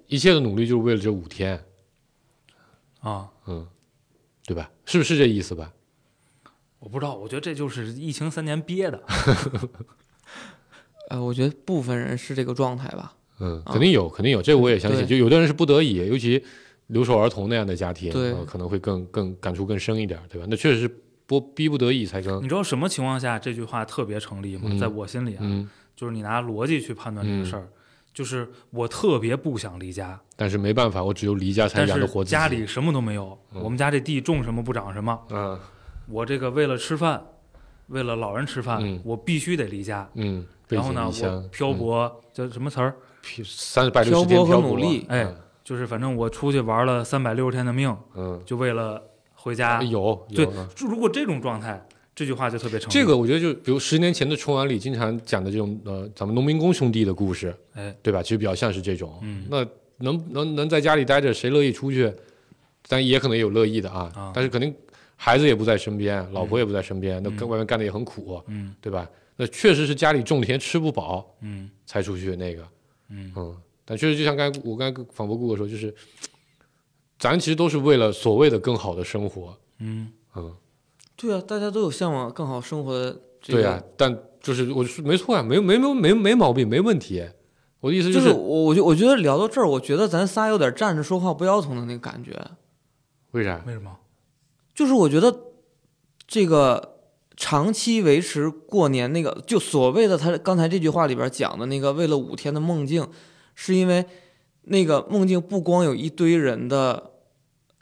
E: 一切的努力就是为了这五天，
D: 啊，
E: 嗯，对吧？是不是这意思吧？
D: 我不知道，我觉得这就是疫情三年憋的。
E: 嗯
C: 呃，我觉得部分人是这个状态吧。
E: 嗯，
C: 啊
E: 肯定有，肯定有，这我也相信。就
C: 对
E: 有的人是不得已，尤其留守儿童那样的家庭，
C: 对
E: 呃可能会更更感触更深一点，对吧？那确实是不逼不得已才更，
D: 你知道什么情况下这句话特别成立吗？
E: 嗯
D: 在我心里啊，
E: 嗯，
D: 就是你拿逻辑去判断这个事儿，就是我特别不想离家，
E: 但是没办法，我只有离家才
D: 但
E: 养
D: 是
E: 得活自己。
D: 家，里什么都没有，我们家这地种什么不长什么，
E: 嗯
D: 我这个为了吃饭，为了老人吃饭，
E: 嗯
D: 我必须得离家。
E: 嗯，背
D: 然后
E: 井
D: 呢，
E: 离乡
D: 我漂
E: 嗯
D: 泊叫什么词儿？
E: 三百六十天
C: 漂泊和
E: 漂泊，
C: 努力
D: 哎，就是反正我出去玩了三百六十天的命，
E: 嗯，
D: 就为了回家。
E: 有有嗯
D: 对
E: 啊
D: 就如果这种状态，这句话就特别成立。
E: 这个，我觉得就比如十年前的春晚里经常讲的这种呃，咱们农民工兄弟的故事，
D: 哎，
E: 对吧？其实比较像是这种。
D: 嗯
E: 那能能能在家里待着，谁乐意出去？但也可能有乐意的啊，
D: 啊
E: 但是肯定孩子也不在身边，老婆也不在身边，那跟
D: 嗯
E: 外面干的也很苦，
D: 嗯
E: 对吧？那确实是家里种田吃不饱
D: 嗯
E: 才出去那个，
D: 嗯
E: 嗯，但确实就像刚才我刚才反驳顾哥说，就是咱其实都是为了所谓的更好的生活，
D: 嗯，
E: 嗯，
C: 对啊，大家都有向往更好生活的这个。
E: 对啊，但就是我是没错啊，没没没没没毛病，没问题。我的意思
C: 就是
E: 是，
C: 我，我就我觉得聊到这儿，我觉得咱仨有点站着说话不腰疼的那个感觉。
E: 为啥？
D: 为什么？
C: 就是我觉得这个长期维持过年那个，就所谓的他刚才这句话里边讲的那个为了五天的梦境，是因为那个梦境不光有一堆人的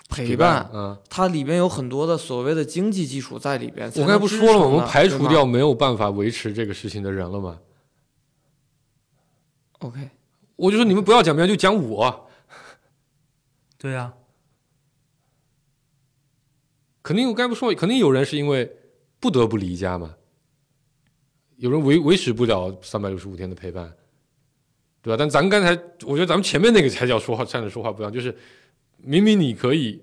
C: 陪
E: 陪
C: 伴，
E: 嗯，
C: 它里边有很多的所谓的经济基础在里边。
E: 我刚才不说了吗？
C: 吗？
E: 我们排除
C: 对吗
E: 掉没有办法维持这个事情的人了吗？
C: OK，
E: 我就说你们不要讲别人，就讲我，
D: 对呀、
E: 肯定我刚才不说，肯定有人是因为不得不离家嘛，有人维维持不了三百六十五天的陪伴，对吧？但咱刚才，我觉得咱们前面那个才叫说话站着说话不腰，就是明明你可以，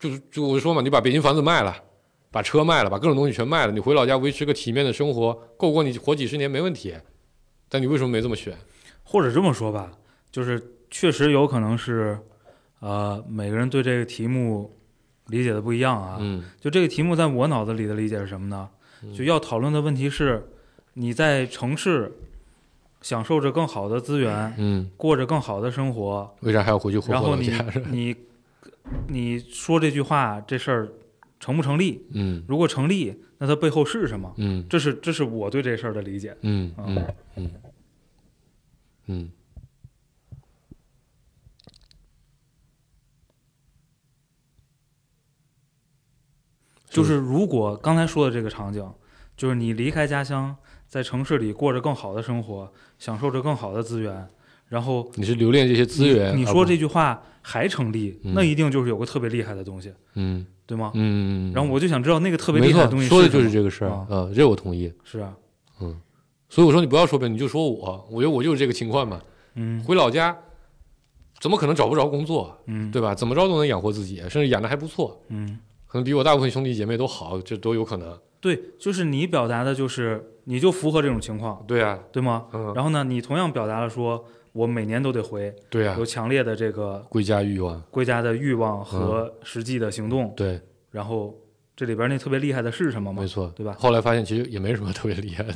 E: 就是就我说嘛，你把北京房子卖了，把车卖了，把各种东西全卖了，你回老家维持个体面的生活，够过你活几十年没问题。但你为什么没这么选？
D: 或者这么说吧，就是确实有可能是，呃，每个人对这个题目理解的不一样啊。
E: 嗯
D: 就这个题目，在我脑子里的理解是什么呢？就要讨论的问题是，你在城市享受着更好的资源，
E: 嗯，
D: 过着更好的生活，
E: 为啥还要回去活
D: 然
E: 活
D: 后
E: 老
D: 你
E: 家？
D: 你你说这句话这事儿成不成立？
E: 嗯
D: 如果成立，那它背后是什么？
E: 嗯。
D: 这是这是我对这事儿的理解。
E: 嗯
D: 啊
E: 嗯嗯嗯，
D: 就是是如果刚才说的这个场景，就是你离开家乡，在城市里过着更好的生活，享受着更好的资源，然后
E: 你是留恋这些资源而啊不？
D: 你说这句话还成立，
E: 嗯
D: 那一定就是有个特别厉害的东西，
E: 嗯
D: 对吗？
E: 嗯，嗯
D: 然后我就想知道那个特
E: 特
D: 别厉害的东西
E: 说的
D: 什
E: 就是
D: 么
E: 这个事儿
D: 啊
E: 啊，这我同意。
D: 是啊，
E: 所以我说你不要说别人，你就说我，我觉得我就是这个情况嘛。
D: 嗯
E: 回老家，怎么可能找不着工作，啊
D: 嗯
E: 对吧？怎么着都能养活自己，甚至养的还不错，
D: 嗯，
E: 可能比我大部分兄弟姐妹都好，这都有可能。
D: 对，就是你表达的就是你就符合这种情况，
E: 对啊，
D: 对吗？
E: 嗯，
D: 然后呢，你同样表达了说我每年都得回，
E: 对啊
D: 有，强烈的这个
E: 归家欲望，
D: 归家的欲望
E: 嗯
D: 和实际的行动，
E: 对，
D: 然后这里边那特别厉害的是什么吗
E: 没？错，
D: 对吧
E: 后来发现其实也没什么特别厉害的，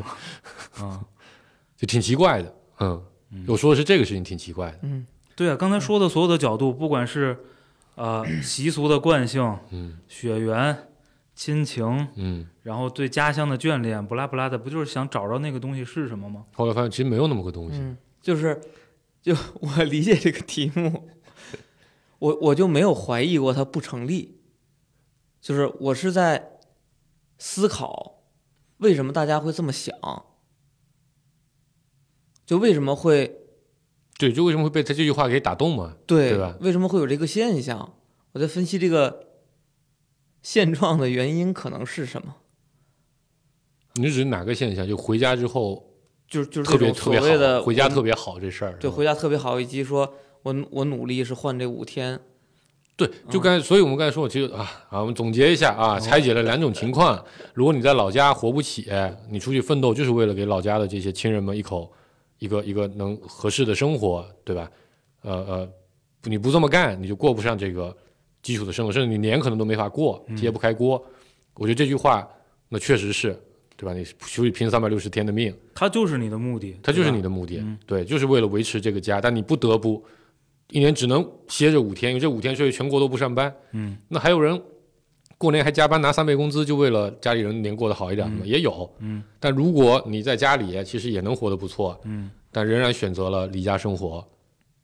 D: 啊，
E: 就挺奇怪的。嗯，我说的是这个事情挺奇怪的。
C: 嗯，
D: 对啊，刚才说的所有的角度，不管是 呃习俗的惯性、
E: 嗯
D: 血缘、亲情，
E: 嗯，
D: 然后对家乡的眷恋，不拉不拉的，不就是想找着那个东西是什么吗？
E: 后来发现其实没有那么个东西。
C: 嗯，就是就我理解这个题目，我我就没有怀疑过它不成立，就是我是在思考为什么大家会这么想，就为什么会
E: 对，就为什么会被他这句话给打动嘛？
C: 对
E: 对吧
C: 为什么会有这个现象？我在分析这个现状的原因可能是什么？
E: 你是指哪个现象？就回家之后
C: 就是就是
E: 特
C: 这
E: 别
C: 种
E: 特
C: 所
E: 别
C: 谓
E: 好，
C: 的
E: 回家
C: 我
E: 特别好这事儿。
C: 对
E: 是吧
C: 回家特别好，以及说我努我努力是换这五天，
E: 对，
C: 嗯
E: 就刚才，所以我们刚才说，其实啊啊，我们总结一下
C: 哦
E: 啊，拆解了两种情况。如果你在老家活不起，你出去奋斗就是为了给老家的这些亲人们一口一个一个能合适的生活，对吧？呃呃，不你不这么干，你就过不上这个基础的生活，甚至你年可能都没法过，
C: 嗯
E: 揭不开锅。我觉得这句话，那确实是对吧？你手里拼三百六十天的命，
D: 它就是你的目的，
E: 它就是你
D: 的。
E: 的目的，
D: 嗯
E: 对，就是为了维持这个家，但你不得不一年只能歇着五天，因为这五天所以全国都不上班，
D: 嗯，
E: 那还有人过年还加班拿三倍工资，就为了家里人年过得好一点嘛，也有，
D: 嗯，
E: 但如果你在家里其实也能活得不错，
D: 嗯，
E: 但仍然选择了离家生活，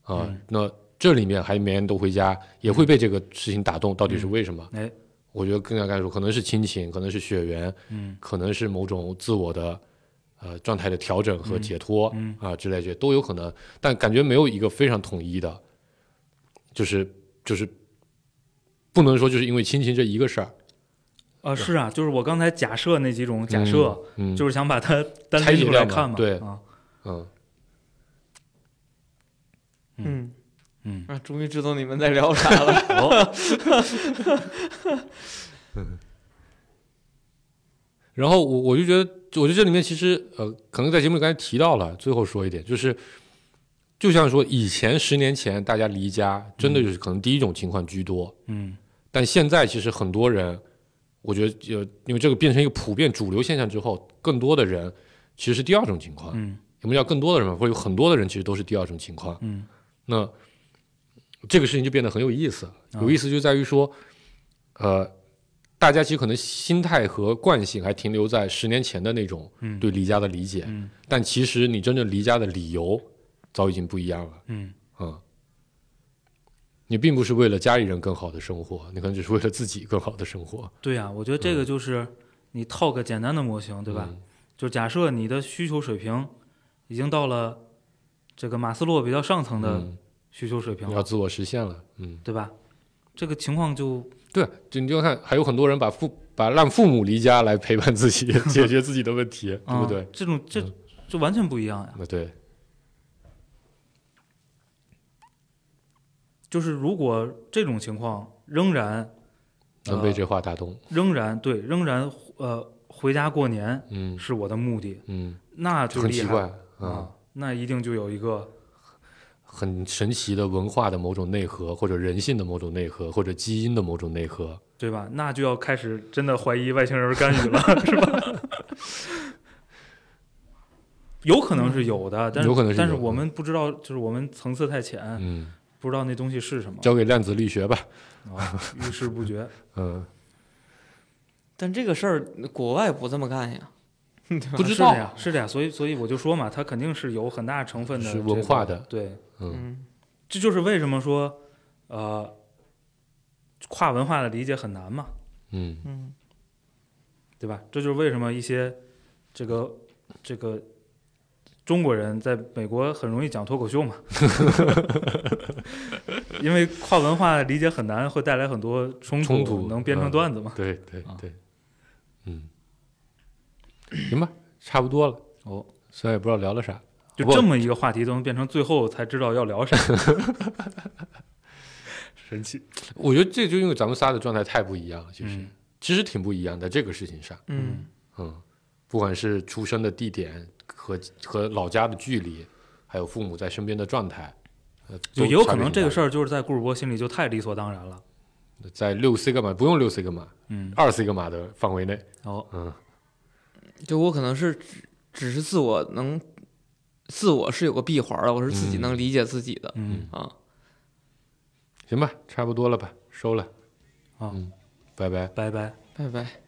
E: 啊、那这里面还每年都回家，也
D: 嗯
E: 会被这个事情打动，到底是为什么？
D: 哎，
E: 我觉得更加该说，可能是亲情，可能是血缘，
D: 嗯，
E: 可能是某种自我的呃状态的调整和解脱，
D: 嗯
E: 啊之类这些都有可能，但感觉没有一个非常统一的，就是就是不能说就是因为亲情这一个事儿，
D: 啊，是啊，就是我刚才假设那几种假设，
E: 嗯，
D: 就是是想把它单
E: 拆
D: 拎
E: 解
D: 出来
E: 掉嘛
D: 看嘛。
E: 对
D: 啊，
E: 嗯
C: 嗯
D: 嗯
C: 啊，终于知道你们在聊啥 了。
E: 然后我我就觉得，我觉得这里面其实呃，可能在节目里刚才提到了，最后说一点，就是就像说以前十年前大家离家，真的就是可能第一种情况居多，
D: 嗯
E: 但现在其实很多人，我觉得呃，因为这个变成一个普遍主流现象之后，更多的人其实是第二种情况。
D: 嗯
E: 我们叫更多的人嘛，或者有很多的人其实都是第二种情况。
D: 嗯
E: 那
D: 嗯
E: 这个事情就变得很有意思，有意思就在于说，呃，大家其实可能心态和惯性还停留在十年前的那种
D: 嗯
E: 对离家的理解，
D: 嗯
E: 但其实你真正离家的理由早已经不一样了。
D: 嗯
E: 嗯，你并不是为了家里人更好的生活，你可能只是为了自己更好的生活，
D: 对呀、我觉得这个就是你套个简单的模型，对吧？
E: 嗯
D: 就假设你的需求水平已经到了这个马斯洛比较上层的
E: 嗯，
D: 需求水平
E: 你
D: 了，
E: 要自我实现了，嗯，
D: 对吧？这个情况就
E: 对，就你就看，还有很多人把父把让父母离家来陪伴 自己，解决自己的问题，对
D: 啊，
E: 不对？
D: 这种这
E: 嗯
D: 就完全不一样呀。
E: 那对，
D: 就是如果这种情况仍然
E: 能被这话打动，
D: 仍然对仍然呃回家过年
E: 嗯
D: 是我的目的，
E: 嗯，
D: 那
E: 就
D: 就
E: 很
D: 厉
E: 奇
D: 害
E: 怪啊
D: 啊，，那一定就有一个
E: 很神奇的文化的某种内核，或者人性的某种内核，或者基因的某种内核，
D: 对吧？那就要开始真的怀疑外星人干预了，是吧？有可能是有的，但是
E: 有可能是
D: 但是
E: 有的
D: 我们不知道，就是我们层次太浅，
E: 嗯，
D: 不知道那东西是什么，
E: 交给量子力学吧，
D: 啊，遇事不决。
E: 嗯，
C: 但这个事儿国外不这么干呀，
E: 不知
D: 是
E: 道
D: 的，呀，是的呀，所以所以我就说嘛，它肯定是有很大成分的、
E: 是文化的，
D: 对，
E: 嗯
C: 嗯，
D: 这就是为什么说，呃，跨文化的理解很难嘛，
E: 嗯
C: 嗯，
D: 对吧？这就是为什么一些这个这个中国人在美国很容易讲脱口秀嘛， 因为跨文化理解很难，会带来很多冲突，
E: 冲突
D: 能编成
E: 嗯
D: 段子嘛。
E: 对对
D: 啊
E: 对，嗯，行吧，差不多了，
D: 哦，
E: 虽然也不知道聊了啥，
D: 就
E: 不
D: 这么一个话题都能变成最后才知道要 聊啥，神奇。
E: 我觉得这就因为咱们仨的状态太不一样了，其实、
D: 嗯
E: 其实挺不一样，在这个事情上，
C: 嗯，
E: 嗯，不管是出生的地点和和老家的距离，还有父母在身边的状态，呃，
D: 就也有可能这个事
E: 儿
D: 儿就是在顾主播心里就太理所当然了。
E: 在六 C 伽马不用六 C 伽马，
D: 嗯，
E: 二 C 伽马的范围内，
D: 哦，
E: 嗯
C: 嗯就我可能是只只是自我能，自我是有个闭环的，我是自己
E: 嗯
C: 能理解自己的、
D: 嗯，
C: 啊。
E: 行吧，差不多了吧，收了，
D: 好
E: 嗯，拜拜。
D: 拜拜。
C: 拜拜。